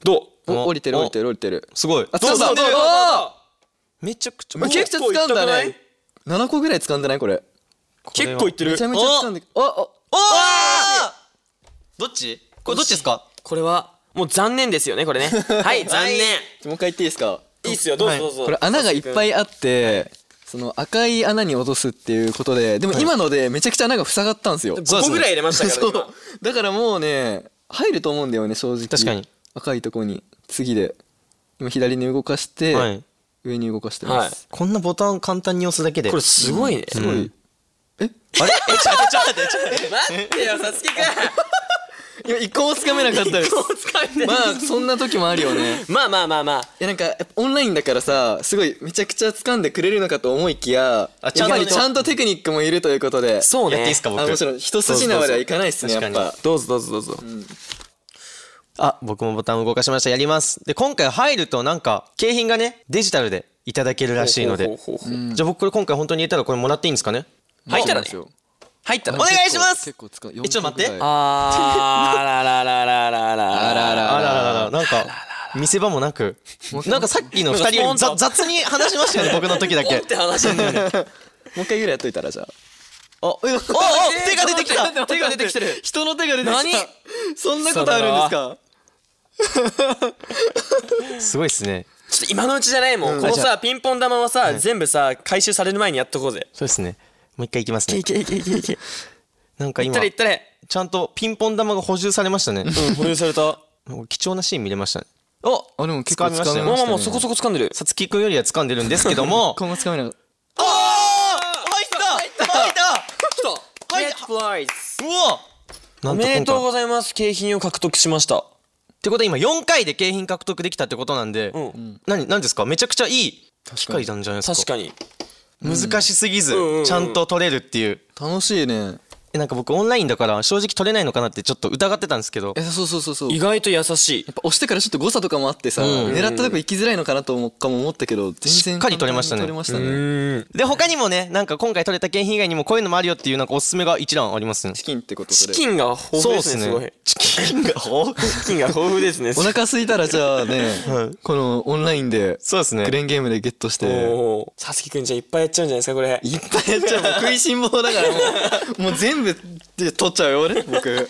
Speaker 3: どう
Speaker 2: 降りてる降りてる降りてる。
Speaker 1: すごい。
Speaker 2: あ、掴んだ
Speaker 3: どうどう
Speaker 1: めちゃくちゃ。
Speaker 2: めちゃくちゃ掴んだね
Speaker 3: 結。
Speaker 2: 7個ぐらい掴んでないこれ。
Speaker 3: 結構いってる
Speaker 2: めちゃめちゃ掴んで。あ、あ、
Speaker 1: おーどっちこれどっちですか
Speaker 3: これはもう残念ですよねこれ ねはい残念
Speaker 2: もう一回言っていいですか
Speaker 3: いいっすよどうぞどうぞ
Speaker 2: これ穴がいっぱいあって、その赤い穴に落とすっていうことで、でも今のでめちゃくちゃ穴が塞がったんですよ。
Speaker 1: そ
Speaker 3: 5
Speaker 1: うです
Speaker 3: 個
Speaker 1: ね
Speaker 3: ぐらい入れましたから
Speaker 2: そ
Speaker 3: ね
Speaker 2: う。だからもうね、入ると思うんだよね、正直。
Speaker 1: 確かに。
Speaker 2: 赤いとこに。次で。今左に動かして、
Speaker 1: はい
Speaker 2: 上に動かしてます。
Speaker 1: こんなボタン簡単に押すだけで。
Speaker 3: これすごいね
Speaker 2: すごい。
Speaker 1: あれえ、ちょっとちょっと待って、ちょっと待って。
Speaker 3: 待ってよさつきくん
Speaker 2: いや、一個もつかめなかったです。まあ、そんな時もあるよね。
Speaker 3: まあまあまあまあ
Speaker 2: いやなんかやっぱオンラインだからさすごいめちゃくちゃ掴んでくれるのかと思いきや
Speaker 1: あち
Speaker 2: ち
Speaker 1: ゃ
Speaker 2: ゃ
Speaker 1: んとね
Speaker 2: んちゃんとテクニックもいるということで
Speaker 3: そうね
Speaker 1: やっていいですか
Speaker 2: あ
Speaker 1: 僕。
Speaker 2: もちろん一筋縄ではいかないっすね
Speaker 1: そう
Speaker 2: や
Speaker 1: そう
Speaker 2: っ
Speaker 1: そう
Speaker 2: ぱ
Speaker 3: どうぞどうぞどうぞ
Speaker 1: あ、僕もボタンを動かしました。やります。で、今回入るとなんか、景品がね、デジタルでいただけるらしいの
Speaker 3: ほう
Speaker 1: で。
Speaker 3: ほうほうほう
Speaker 1: じゃあ僕これ今回本当に入れたらこれもらっていいんですかね
Speaker 3: 入ったらね
Speaker 2: そうなんですよ
Speaker 3: 入ったら
Speaker 1: お願いします
Speaker 2: 結構使う
Speaker 1: えちょっと待っ
Speaker 2: 4
Speaker 1: て
Speaker 2: 個ぐらい
Speaker 3: あーらららららら
Speaker 2: あらあら
Speaker 1: あ
Speaker 2: あ
Speaker 1: ら
Speaker 2: ら
Speaker 1: ららら、なんか、見せ場もなく、なんかさっきの二人よりざ雑に話しましたよね、僕の時だけ。
Speaker 3: って話なんだよね
Speaker 2: もう一回ぐらいやっといたらじゃあ
Speaker 1: お、お、お、手が出てきた手が出てきてる
Speaker 2: 人の手が出てきた
Speaker 3: 何
Speaker 2: そんなことあるんですか
Speaker 1: すごいっすね。
Speaker 3: ちょっと今のうちじゃないもんこのさピンポン玉はさ全部さ回収される前にやっとこうぜ
Speaker 1: そうですね。もう一回いきますね。
Speaker 3: けいけいけいけい
Speaker 1: なんか
Speaker 3: っ
Speaker 1: 今
Speaker 3: た、れいったれ
Speaker 1: ちゃんとピンポン玉が補充されましたね。
Speaker 3: うん保留された
Speaker 1: 貴重なシーン見れましたね。お
Speaker 2: あでも結構
Speaker 1: 掴みまし
Speaker 2: 掴
Speaker 1: た
Speaker 2: め
Speaker 1: よ
Speaker 3: ま
Speaker 2: ま
Speaker 3: あ
Speaker 2: し
Speaker 3: ま
Speaker 2: た
Speaker 3: あまあそこそこ掴んでる
Speaker 1: さつきくんよりは掴んでるんですけども
Speaker 2: こんなつかめなかった
Speaker 1: おー入った入った
Speaker 3: 来た
Speaker 1: 入った
Speaker 3: レッドボーイズ
Speaker 1: うわな
Speaker 3: お
Speaker 1: ん
Speaker 3: め
Speaker 1: と今回
Speaker 3: でとうございます景品を獲得しました
Speaker 1: ってことは今4回で景品獲得できたってことなんで、
Speaker 3: うん
Speaker 1: 何何ですかめちゃくちゃいい機会なんじゃないですか
Speaker 3: 確かに
Speaker 1: 難しすぎず、
Speaker 3: うんうんうん
Speaker 1: ちゃんと取れるっていう
Speaker 2: 楽しいね
Speaker 1: えなんか僕オンラインだから正直取れないのかなってちょっと疑ってたんですけど
Speaker 2: えそうそうそうそう
Speaker 3: 意
Speaker 2: やっ
Speaker 3: 外と優しい
Speaker 2: ぱ押してからちょっと誤差とかもあってさ、
Speaker 1: うん
Speaker 2: 狙ったとこ行きづらいのかなと思かも思ったけど全然
Speaker 1: しっかり取れましたね
Speaker 2: 簡単に取れましたね
Speaker 3: うん
Speaker 1: で他にもねなんか今回取れた景品以外にもこういうのもあるよっていうなんかおすすめが一覧ありますね
Speaker 2: チキンってこと
Speaker 3: チ
Speaker 2: それ
Speaker 3: キンが豊富ですねす
Speaker 1: そ
Speaker 3: ご
Speaker 1: う
Speaker 3: い
Speaker 1: チキンが豊富
Speaker 3: チキンが豊富ですね
Speaker 2: お腹空いたらじゃあね、
Speaker 1: はい
Speaker 2: このオンラインで
Speaker 1: そうですね
Speaker 2: クレーンゲームでゲットして
Speaker 3: おーさつきくんじゃあいっぱいやっちゃうんじゃないですかこれ
Speaker 2: いっぱいやっちゃうもう食いしん坊だからもう もう全部で取っちゃうよ俺僕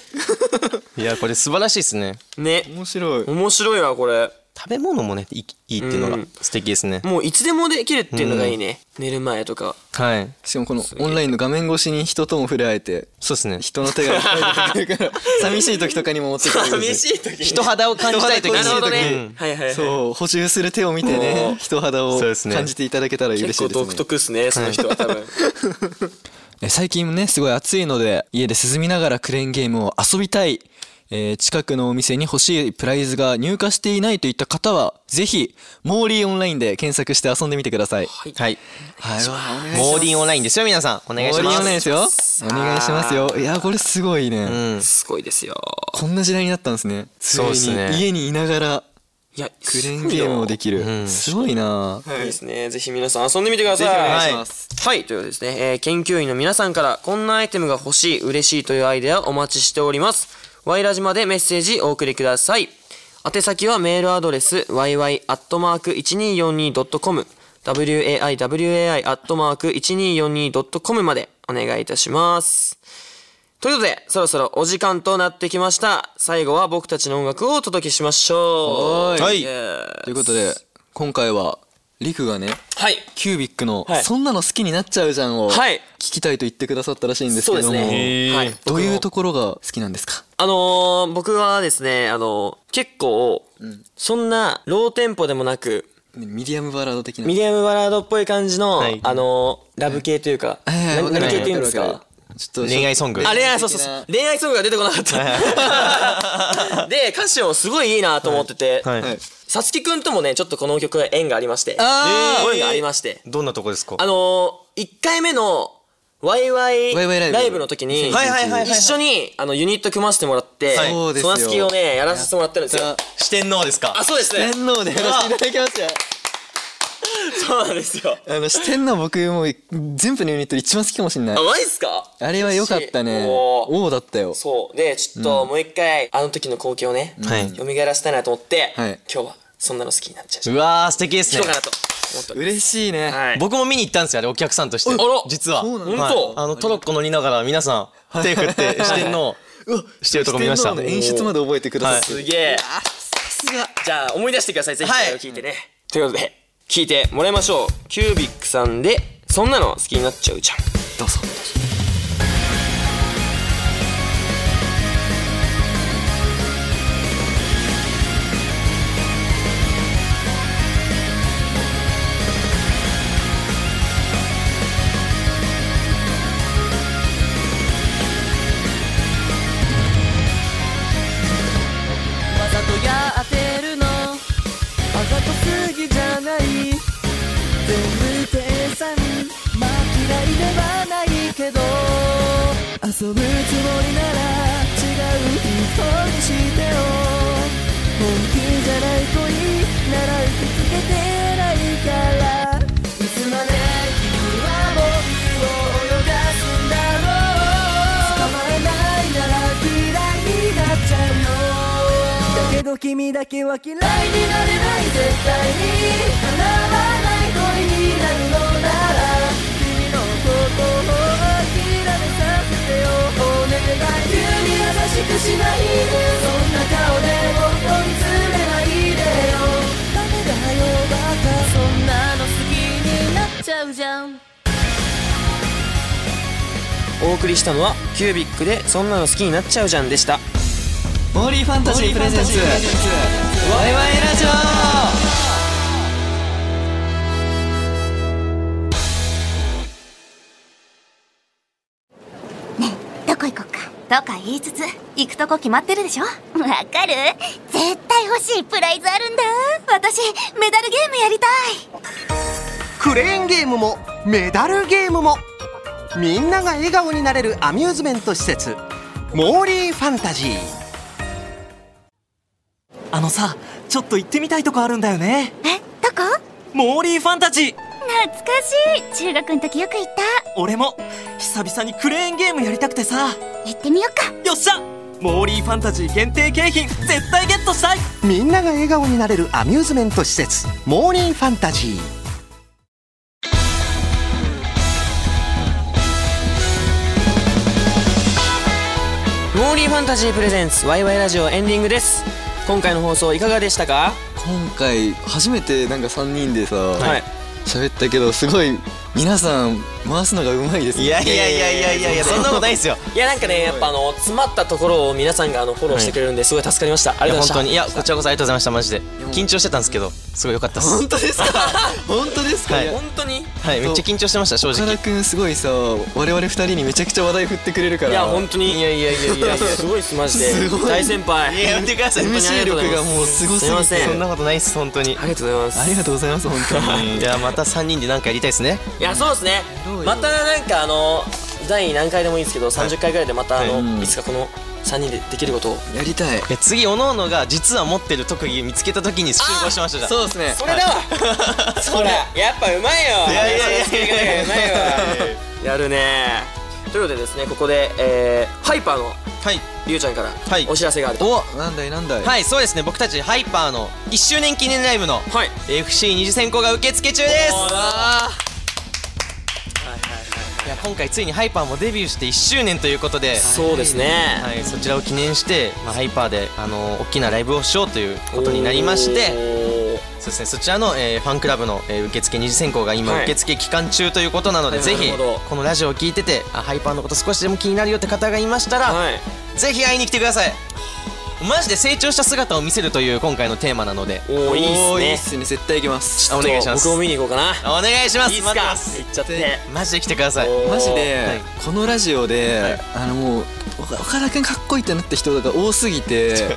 Speaker 1: いやこれ素晴らしいですね
Speaker 3: ね
Speaker 2: 面白い
Speaker 3: 面白いわこれ
Speaker 1: 食べ物もねいいいいっていうの
Speaker 3: う
Speaker 1: が
Speaker 3: ん
Speaker 1: 素敵ですね、
Speaker 3: もういつでもできるっていうのがいいね、寝る前とか
Speaker 1: はい
Speaker 2: しかもこのオンラインの画面越しに人とも触れ合えて
Speaker 1: そうですね
Speaker 2: 人の手がいっぱい出てくるから寂しい時とかにも持ってくる
Speaker 3: 寂しい時に
Speaker 1: 人肌を感じたい時に
Speaker 3: なるほどね、
Speaker 1: うん
Speaker 3: はいはいはい
Speaker 2: そう補充する手を見て
Speaker 3: お
Speaker 2: ね
Speaker 3: ー
Speaker 2: 人肌を
Speaker 1: そうですね
Speaker 2: 感じていただけたら嬉
Speaker 3: 結
Speaker 2: しい
Speaker 3: 構
Speaker 2: です
Speaker 3: 独
Speaker 2: ね
Speaker 3: 特っすねその人は多分
Speaker 2: え最近ねすごい暑いので家で涼みながらクレーンゲームを遊びたい、えー近くのお店に欲しいプライズが入荷していないといった方はぜひモーリーオンラインで検索して遊んでみてください
Speaker 3: い
Speaker 1: はい
Speaker 2: はい
Speaker 1: モーリンオンラインですよ皆さんお願いし
Speaker 2: モーリー
Speaker 1: ま
Speaker 2: オンラインですすよお願いしますよいやこれすごいね、
Speaker 1: うん
Speaker 3: すごいですよ
Speaker 2: こんな時代になったんですねつい
Speaker 1: そうっすね
Speaker 2: に家にいながら
Speaker 3: いや
Speaker 2: クレーンゲームをできる、
Speaker 1: うん
Speaker 2: すごいな
Speaker 3: るいいですねぜひ皆さん遊んでみてください
Speaker 2: ぜひお願いします
Speaker 3: はい、はいということですね、えー研究員の皆さんからこんなアイテムが欲しい嬉しいというアイデアをお待ちしておりますワイラジまでメッセージお送りください宛先はメールアドレス yy.1242.com waiwai.1242.com までお願いいたしますということでそろそろお時間となってきました最後は僕たちの音楽をお届けしましょう
Speaker 1: はい
Speaker 3: イエーイ
Speaker 2: ということで今回はリクがね
Speaker 3: はい
Speaker 2: キュービックの
Speaker 3: はい
Speaker 2: 「そんなの好きになっちゃうじゃん」を
Speaker 3: はい
Speaker 2: 聞きたいと言ってくださったらしいんです
Speaker 3: そう
Speaker 2: け
Speaker 3: で
Speaker 2: ど
Speaker 3: す
Speaker 2: も
Speaker 3: ね。はい。
Speaker 2: どういうところが好きなんですか
Speaker 3: あのー僕はですね、あのー結構、そんなローテンポでもなく、
Speaker 2: ミディアムバラード的な
Speaker 3: ミディアムバラードっぽい感じの、
Speaker 1: はい
Speaker 3: あのーラブ系というか、
Speaker 2: ええ
Speaker 3: な
Speaker 2: わかるわ
Speaker 3: 何
Speaker 2: か
Speaker 3: 系っ
Speaker 2: る
Speaker 3: ていうんです
Speaker 2: わか
Speaker 3: か
Speaker 2: るちょっと
Speaker 1: 恋愛ソング
Speaker 3: あ、
Speaker 1: れ
Speaker 3: 恋愛、そうそうそう。恋愛ソングが出てこなかった。 で、歌詞もすごいいいなと思ってて、
Speaker 1: はい、
Speaker 2: はい
Speaker 3: さつきくんともね、ちょっとこの曲は縁がありまして、
Speaker 2: あー
Speaker 3: ご縁がありまして、
Speaker 1: どんなとこですか
Speaker 3: あのー、1回目の、ワイワイ
Speaker 2: ワイワイライブ
Speaker 3: ライブの時に、
Speaker 1: はいはいはいはいはい
Speaker 3: 一緒にあのユニット組ませてもらって、
Speaker 1: はい
Speaker 2: そうですよ
Speaker 3: ナスキをね、やらせてもらってるんですよ。
Speaker 1: 四天王ですか
Speaker 3: あ、そうですね。
Speaker 2: 天皇でやらせていただきました
Speaker 3: そうなんですよ。
Speaker 2: あの四天王僕もう全部のユニットで一番好きかもしんない
Speaker 3: あ、マジっすか
Speaker 2: あれは良かったね
Speaker 3: おー
Speaker 2: 王だったよ
Speaker 3: そう。で、ちょっともう一回、あの時の光景をね、
Speaker 1: はい
Speaker 3: 蘇らせたいなと思って、
Speaker 2: はい
Speaker 3: 今日はそんなの好きになっちゃう。
Speaker 1: うわー素敵です
Speaker 3: 人
Speaker 1: ね
Speaker 3: かなと思っており
Speaker 2: 嬉しいね
Speaker 3: ます。はい。
Speaker 1: 僕も見に行ったんですよあれお客さんとして実は
Speaker 2: そうなんだ
Speaker 1: はい
Speaker 3: 本当
Speaker 1: あのトロッコ乗りながら皆さん手振って四天王してるとこ見ました
Speaker 2: 四天王の演出まで覚えてくださって
Speaker 3: すげえ。じゃあ、思い出してください。ぜひ、
Speaker 1: はい
Speaker 3: これを聞いてね。ということで、聞いてもらいましょう。キュービックさんで、そんなの好きになっちゃうじゃん。
Speaker 2: どうぞ
Speaker 7: わざとやってるのわざとすぎじゃない全部計算まあ嫌いではないけど遊ぶつもりなら違う人にしてよ本気じゃない恋なら受け付けてないからいつまで君は僕を泳がすんだろう捕まえないなら嫌いになっちゃうよだけど君だけは嫌いになれない絶対に叶わない恋になるのなら君のことを諦めさせてよお願い急に優しくしないでそんな顔で僕を見つめないでよダメだよバカそんなの好きになっちゃうじゃん
Speaker 3: お送りしたのは、キュービックで、そんなの好きになっちゃうじゃんでした。
Speaker 2: モーリーファンタジープレゼンツワイワイラジオ
Speaker 4: どこ行こうかとか言いつつ行くとこ決まってるでしょわかる絶対欲しいプライズあるんだ私メダルゲームやりたい
Speaker 5: クレーンゲームもメダルゲームもみんなが笑顔になれるアミューズメント施設モーリーファンタジー
Speaker 6: あのさちょっと行ってみたいとこあるんだよね
Speaker 4: えどこ
Speaker 6: モーリーファンタジー
Speaker 4: 懐かしい中学の時よく行っ
Speaker 6: 俺も久々にクレーンゲームやりたくてさ
Speaker 4: た行ってみようか
Speaker 6: よっしゃモーリーファンタジー限定景品絶対ゲットしたい
Speaker 5: みんなが笑顔になれるアミューズメント施設モーリーファンタジー
Speaker 3: モーリーファンタジープレゼンツワイワイラジオエンディングです今回の放送いかがでしたか
Speaker 2: 今回初めてなんか3人でさ
Speaker 3: はい
Speaker 2: 喋、ったけどすごい皆さん回すのがうまいですね
Speaker 1: いやいやいやいやいやいやそんなことないですよ
Speaker 3: いやなんかねやっぱあの詰まったところを皆さんがあのフォローしてくれるんですごい助かりました、あ
Speaker 1: い
Speaker 3: り
Speaker 1: や
Speaker 3: がとうございま
Speaker 1: 本当にい
Speaker 3: し
Speaker 1: やこちらこそありがとうございましたマジで緊張してたんですけどすごい良かったです本当ですか本当ですかはい
Speaker 3: た
Speaker 1: は
Speaker 3: 本当に
Speaker 1: いめっちゃ緊張してました正
Speaker 2: 岡
Speaker 1: 直
Speaker 2: 田君すごいさ我々2人にめちゃくちゃ話題振ってくれるから
Speaker 3: いや本当にいやいやいやいやすごいですマジ です
Speaker 2: ごい
Speaker 3: 大先輩
Speaker 1: いややめてください
Speaker 3: 本当にあ
Speaker 2: MC
Speaker 3: りがとうござい
Speaker 2: 力
Speaker 3: ます
Speaker 2: がもうすごすぎ
Speaker 3: すいま
Speaker 2: て
Speaker 3: せ
Speaker 1: そ
Speaker 3: ん
Speaker 1: んなことないです本当に
Speaker 3: ありがとうございます
Speaker 2: ありがとうございます本当に
Speaker 1: いやまた3人で何かやりたいですね
Speaker 3: いやそうですねまたなんかあの第何回でもいいですけど30回ぐらいでまたあの、
Speaker 2: はい
Speaker 3: い、つかこの3人でできることを
Speaker 2: やりたい
Speaker 1: え次おのおのが実は持ってる特技見つけた時に集合しましたじゃん
Speaker 2: そうですね
Speaker 3: それだわそれやっぱうまいよ
Speaker 1: いやいやいやいやいや
Speaker 3: うまいわやるねということでですねここで、えーハイパーの
Speaker 1: はい
Speaker 3: りゅうちゃんから
Speaker 1: はい
Speaker 3: お知らせがあると
Speaker 2: おなんだいなんだい
Speaker 1: はいそうですね僕たちハイパーの1周年記念ライブの
Speaker 3: はい、
Speaker 1: FC 二次選考が受付中です
Speaker 3: おー
Speaker 1: いや今回ついにハイパーもデビューして1周年ということで
Speaker 3: そうですね、
Speaker 1: はい、そちらを記念して、まあ、ハイパーで、あの大きなライブをしようということになりまして
Speaker 3: て
Speaker 1: そうです、ね、そちらの、えーファンクラブの、えー受付二次選考が今、
Speaker 3: はい
Speaker 1: 受付期間中ということなので、
Speaker 3: はい
Speaker 1: ぜひ
Speaker 3: なるほど
Speaker 1: このラジオを聞いててあハイパーのこと少しでも気になるよって方がいましたら、
Speaker 3: はい
Speaker 1: ぜひ会いに来てくださいマジで成長した姿を見せるという今回のテーマなので
Speaker 3: おーい
Speaker 2: おーい
Speaker 3: い
Speaker 2: い
Speaker 3: っ
Speaker 2: っ
Speaker 3: すね
Speaker 2: すね絶対行きます
Speaker 1: あお願いします
Speaker 3: ちょっと僕も見に行こうかな
Speaker 1: お願いします
Speaker 3: いいっす
Speaker 1: 待って
Speaker 3: か
Speaker 1: ます
Speaker 3: 行っちゃって
Speaker 1: マジで来てください
Speaker 3: おー
Speaker 2: マジで、
Speaker 1: はい
Speaker 2: このラジオで、あのもう岡岡田君かっこいいってなった人が多すぎて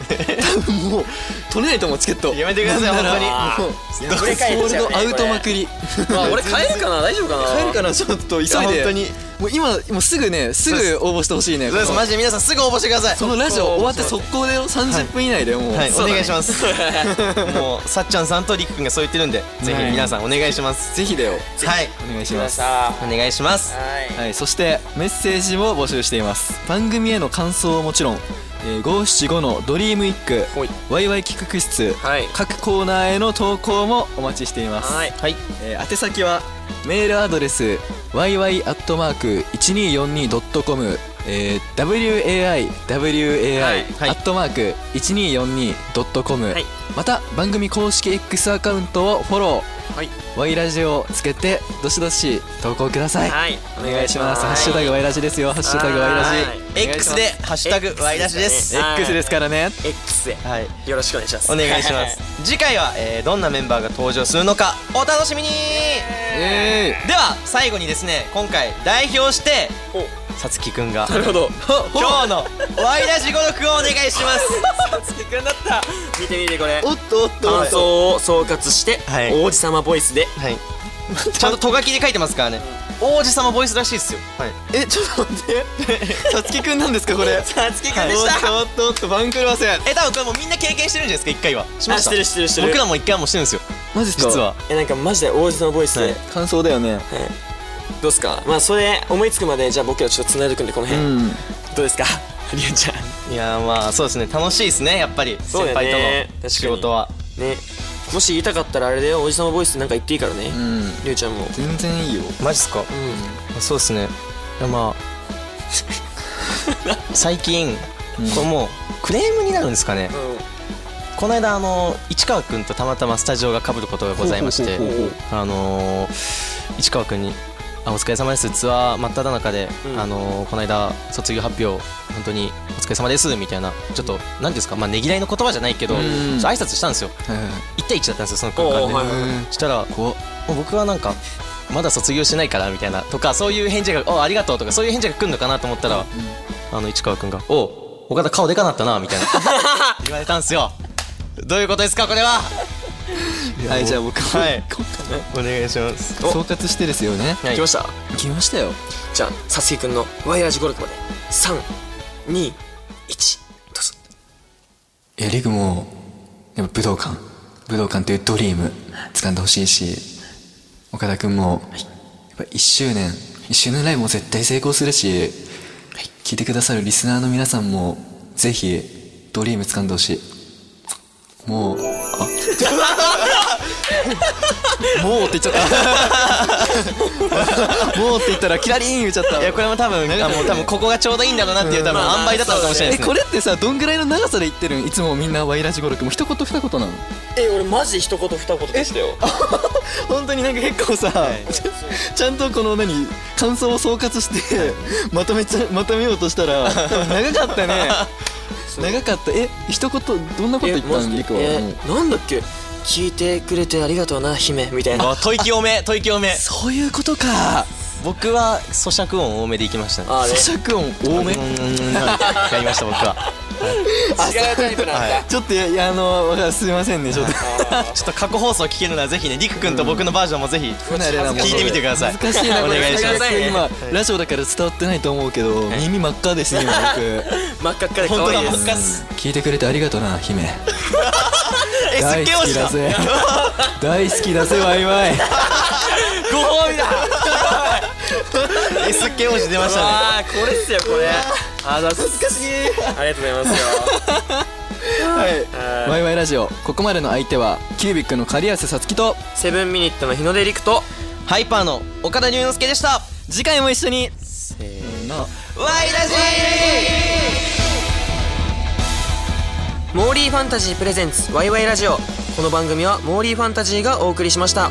Speaker 2: 多分もう取れないと思うチケット
Speaker 1: やめてください
Speaker 2: なんなら
Speaker 3: 本当に
Speaker 2: もう
Speaker 3: や俺帰っちゃうね
Speaker 2: ボールのアウトまくり
Speaker 3: まあ俺帰るかな大丈夫かな
Speaker 2: 帰るかなちょっと急いで
Speaker 1: いや本当に
Speaker 2: もう今もうすぐねすぐ応募してほしいね
Speaker 1: そうです
Speaker 2: この
Speaker 1: マジで皆さんすぐ応募してください
Speaker 2: そのラジオ終わって速攻でよ30分以内でもう、
Speaker 1: はい、お
Speaker 2: そうだね
Speaker 1: 願いします もうさっちゃんさんとりくくんがそう言ってるんでぜひ皆さんお願いします
Speaker 2: ぜひだよ
Speaker 1: はい
Speaker 2: お願いし
Speaker 3: 来ま
Speaker 2: ま
Speaker 3: し
Speaker 2: す
Speaker 3: たは
Speaker 1: お願いします
Speaker 3: い
Speaker 2: はい、そしてメッセージも募集しています番組への感想はもちろん、えー、575の「ドリームイック
Speaker 3: ほい」
Speaker 2: ワイワイ企画室
Speaker 3: はい
Speaker 2: 各コーナーへの投稿もお待ちしています、
Speaker 3: はい
Speaker 1: はい
Speaker 2: えー宛先はメールアドレス yy.1242.com えー、waiwai、
Speaker 3: はい
Speaker 1: はい
Speaker 2: アットマーク 1242.com、
Speaker 3: はい
Speaker 2: また番組公式 X アカウントをフォロー、
Speaker 3: はい、
Speaker 2: y ラジオをつけてどしどし投稿ください、
Speaker 3: はい
Speaker 2: お願いします。ハッシュタグワイラジですよ。ハッシュタグワイラジ。
Speaker 1: X で「ハッシュタグワイラシ」です
Speaker 3: はい
Speaker 2: X ですからね。
Speaker 3: X で
Speaker 1: はい
Speaker 3: よろしくお願いします
Speaker 1: お願いします次回は、えーどんなメンバーが登場するのかお楽しみに
Speaker 2: え
Speaker 1: では最後にですね今回代表して
Speaker 3: お
Speaker 1: さつきくんが
Speaker 3: なるほど
Speaker 1: 今日のワイラジ語録をお願いします
Speaker 3: さつきくんだった見て見てこれ
Speaker 1: おっとおっ
Speaker 3: 感想を総括して
Speaker 1: はい
Speaker 3: 王子様ボイスで
Speaker 1: はいちゃんととがきで書いてますからね王子様ボイスらしいですよはい
Speaker 2: ー、え、ちょっと待 って。さつきくんなんですかこれ。
Speaker 3: さつきくん
Speaker 2: お
Speaker 3: でした
Speaker 2: っとおっと番狂わせ。
Speaker 1: え多分これもうみんな経験してるんじゃないですか一回はしま
Speaker 3: あ
Speaker 1: し
Speaker 3: したてるしてるしてる
Speaker 1: 僕らも一回もしてるんですよ
Speaker 2: マジっすか。
Speaker 1: 実。は
Speaker 3: えなんかマジで王子様ボイス
Speaker 1: は
Speaker 3: で
Speaker 1: い
Speaker 2: 感想だよね。
Speaker 3: どうっすかまあそれ思いつくまでじゃあ僕らちょっと繋いでくんでこの
Speaker 2: う
Speaker 3: 辺ど
Speaker 2: ん。
Speaker 3: うですかりゅうちゃん
Speaker 1: いやーまあそうですね楽しいですねやっぱり
Speaker 3: そうだ
Speaker 1: 先
Speaker 3: よね確か
Speaker 1: 輩との
Speaker 3: に
Speaker 1: 仕事は
Speaker 3: ねもし言いたかったらあれだよ王子様ボイスなんか言っていいからね
Speaker 2: うん。
Speaker 3: りゅうちゃんも
Speaker 2: 全然いいよ。
Speaker 1: マジっすか
Speaker 3: う
Speaker 1: そうですねいや まあ最近これもうクレームになるんですか
Speaker 3: ん
Speaker 1: ね
Speaker 3: うん
Speaker 1: この間あの市川君とたまたまスタジオが被ることがございまして
Speaker 3: ほうほうほうほう
Speaker 1: あのー市川君にあ「お疲れ様ですツアー真っ只中で、
Speaker 3: うん
Speaker 1: あのーこの間卒業発表本当にお疲れ様です」みたいなちょっと何ていうんですかまあねぎらいの言葉じゃないけど、
Speaker 2: うん
Speaker 1: ちょっと挨拶したんですよ
Speaker 2: はいはいはい
Speaker 1: 1対1だったんですよその
Speaker 3: お
Speaker 1: 空
Speaker 3: お
Speaker 1: 間
Speaker 3: はい
Speaker 1: で。
Speaker 3: はいはい
Speaker 1: したらこう僕はなんかまだ卒業してないからみたいなとかそういう返事が「おありがとう」とかそういう返事が来るのかなと思ったら、あの市川くんが「おう岡田顔でかなったな」み たいな言われたんすよどういうことですかこれははいじゃあ僕はいお願いします
Speaker 2: 総括してですよね
Speaker 1: はい
Speaker 3: 来ました
Speaker 2: 行きましたよ
Speaker 3: じゃあさつきくんのワイヤージ語録まで321どうぞ
Speaker 2: いやリグもやっぱ武道館武道館っていうドリーム掴んでほしいし岡田君もやっぱ1周年1周年ライブも絶対成功するし聞いてくださるリスナーの皆さんもぜひドリーム掴んでほしいもう あもうって言っちゃったもうって言ったらキラリーン言っちゃった
Speaker 1: いやこれも多分あもう多分ここがちょうどいいんだろうなっていう多分塩梅だったのかもしれない
Speaker 2: え
Speaker 1: ですね
Speaker 2: これってさどんぐらいの長さで言ってるんいつもみんなワイラジ語録もう一言二言なの
Speaker 3: え俺マジで一言二言でしたよ
Speaker 2: 本当になんか結構さ、ちゃ ちゃんとこの何感想を総括してまとめちゃまとめようとしたら多分長かったね長かったえ一言どんなこと言
Speaker 3: え
Speaker 2: っ
Speaker 3: マ
Speaker 2: た
Speaker 3: ジ
Speaker 2: ん
Speaker 3: で
Speaker 2: リコは、
Speaker 3: え
Speaker 2: うん
Speaker 3: なんだっけ聞いてくれてありがとうな姫みたいな
Speaker 1: あ吐息多め吐息多め
Speaker 2: そういうことか
Speaker 1: 僕は咀嚼音多めでいきましたね
Speaker 3: あれ
Speaker 2: 咀嚼音多め
Speaker 1: うーんはいやりました僕は
Speaker 3: 違うタイプなんだ
Speaker 2: ちょっとやいやあのわかすいませんねちょっと
Speaker 1: ちょっと過去放送聞けるのはぜひねりくくんと僕のバージョンもぜひ
Speaker 2: 不慣れなもので
Speaker 1: 聞いてみてください
Speaker 2: 難しいな
Speaker 1: お
Speaker 2: これ
Speaker 1: 願いします
Speaker 2: 最悪今、ラジオだから伝わってないと思うけど、耳真っ赤です今僕
Speaker 3: 真っ赤っかで
Speaker 1: 本
Speaker 3: 可
Speaker 1: 当
Speaker 3: 愛
Speaker 1: だ
Speaker 3: いで
Speaker 1: も
Speaker 3: す
Speaker 1: っか す
Speaker 2: 聞いてくれてありがとうな姫
Speaker 1: えすっ
Speaker 2: 大
Speaker 1: げえ
Speaker 2: 好
Speaker 1: 落
Speaker 2: き
Speaker 1: ち
Speaker 2: だ
Speaker 1: た
Speaker 2: ぜ大好きだぜワイワ イ
Speaker 3: ご褒美だ
Speaker 1: えすっげえ落ち出ましたね
Speaker 3: わあこれっすよこれあだす難しいありがとうございますよ
Speaker 2: ワイワイラジオここまでの相手はキュービックの狩安さつきと
Speaker 3: セブンミニットの日の出陸と
Speaker 1: ハイパーの岡田龍之介でした
Speaker 2: 次回も一緒に
Speaker 1: ワイラジー
Speaker 3: モーリーファンタジープレゼンツワイワイラジオこの番組はモーリーファンタジーがお送りしました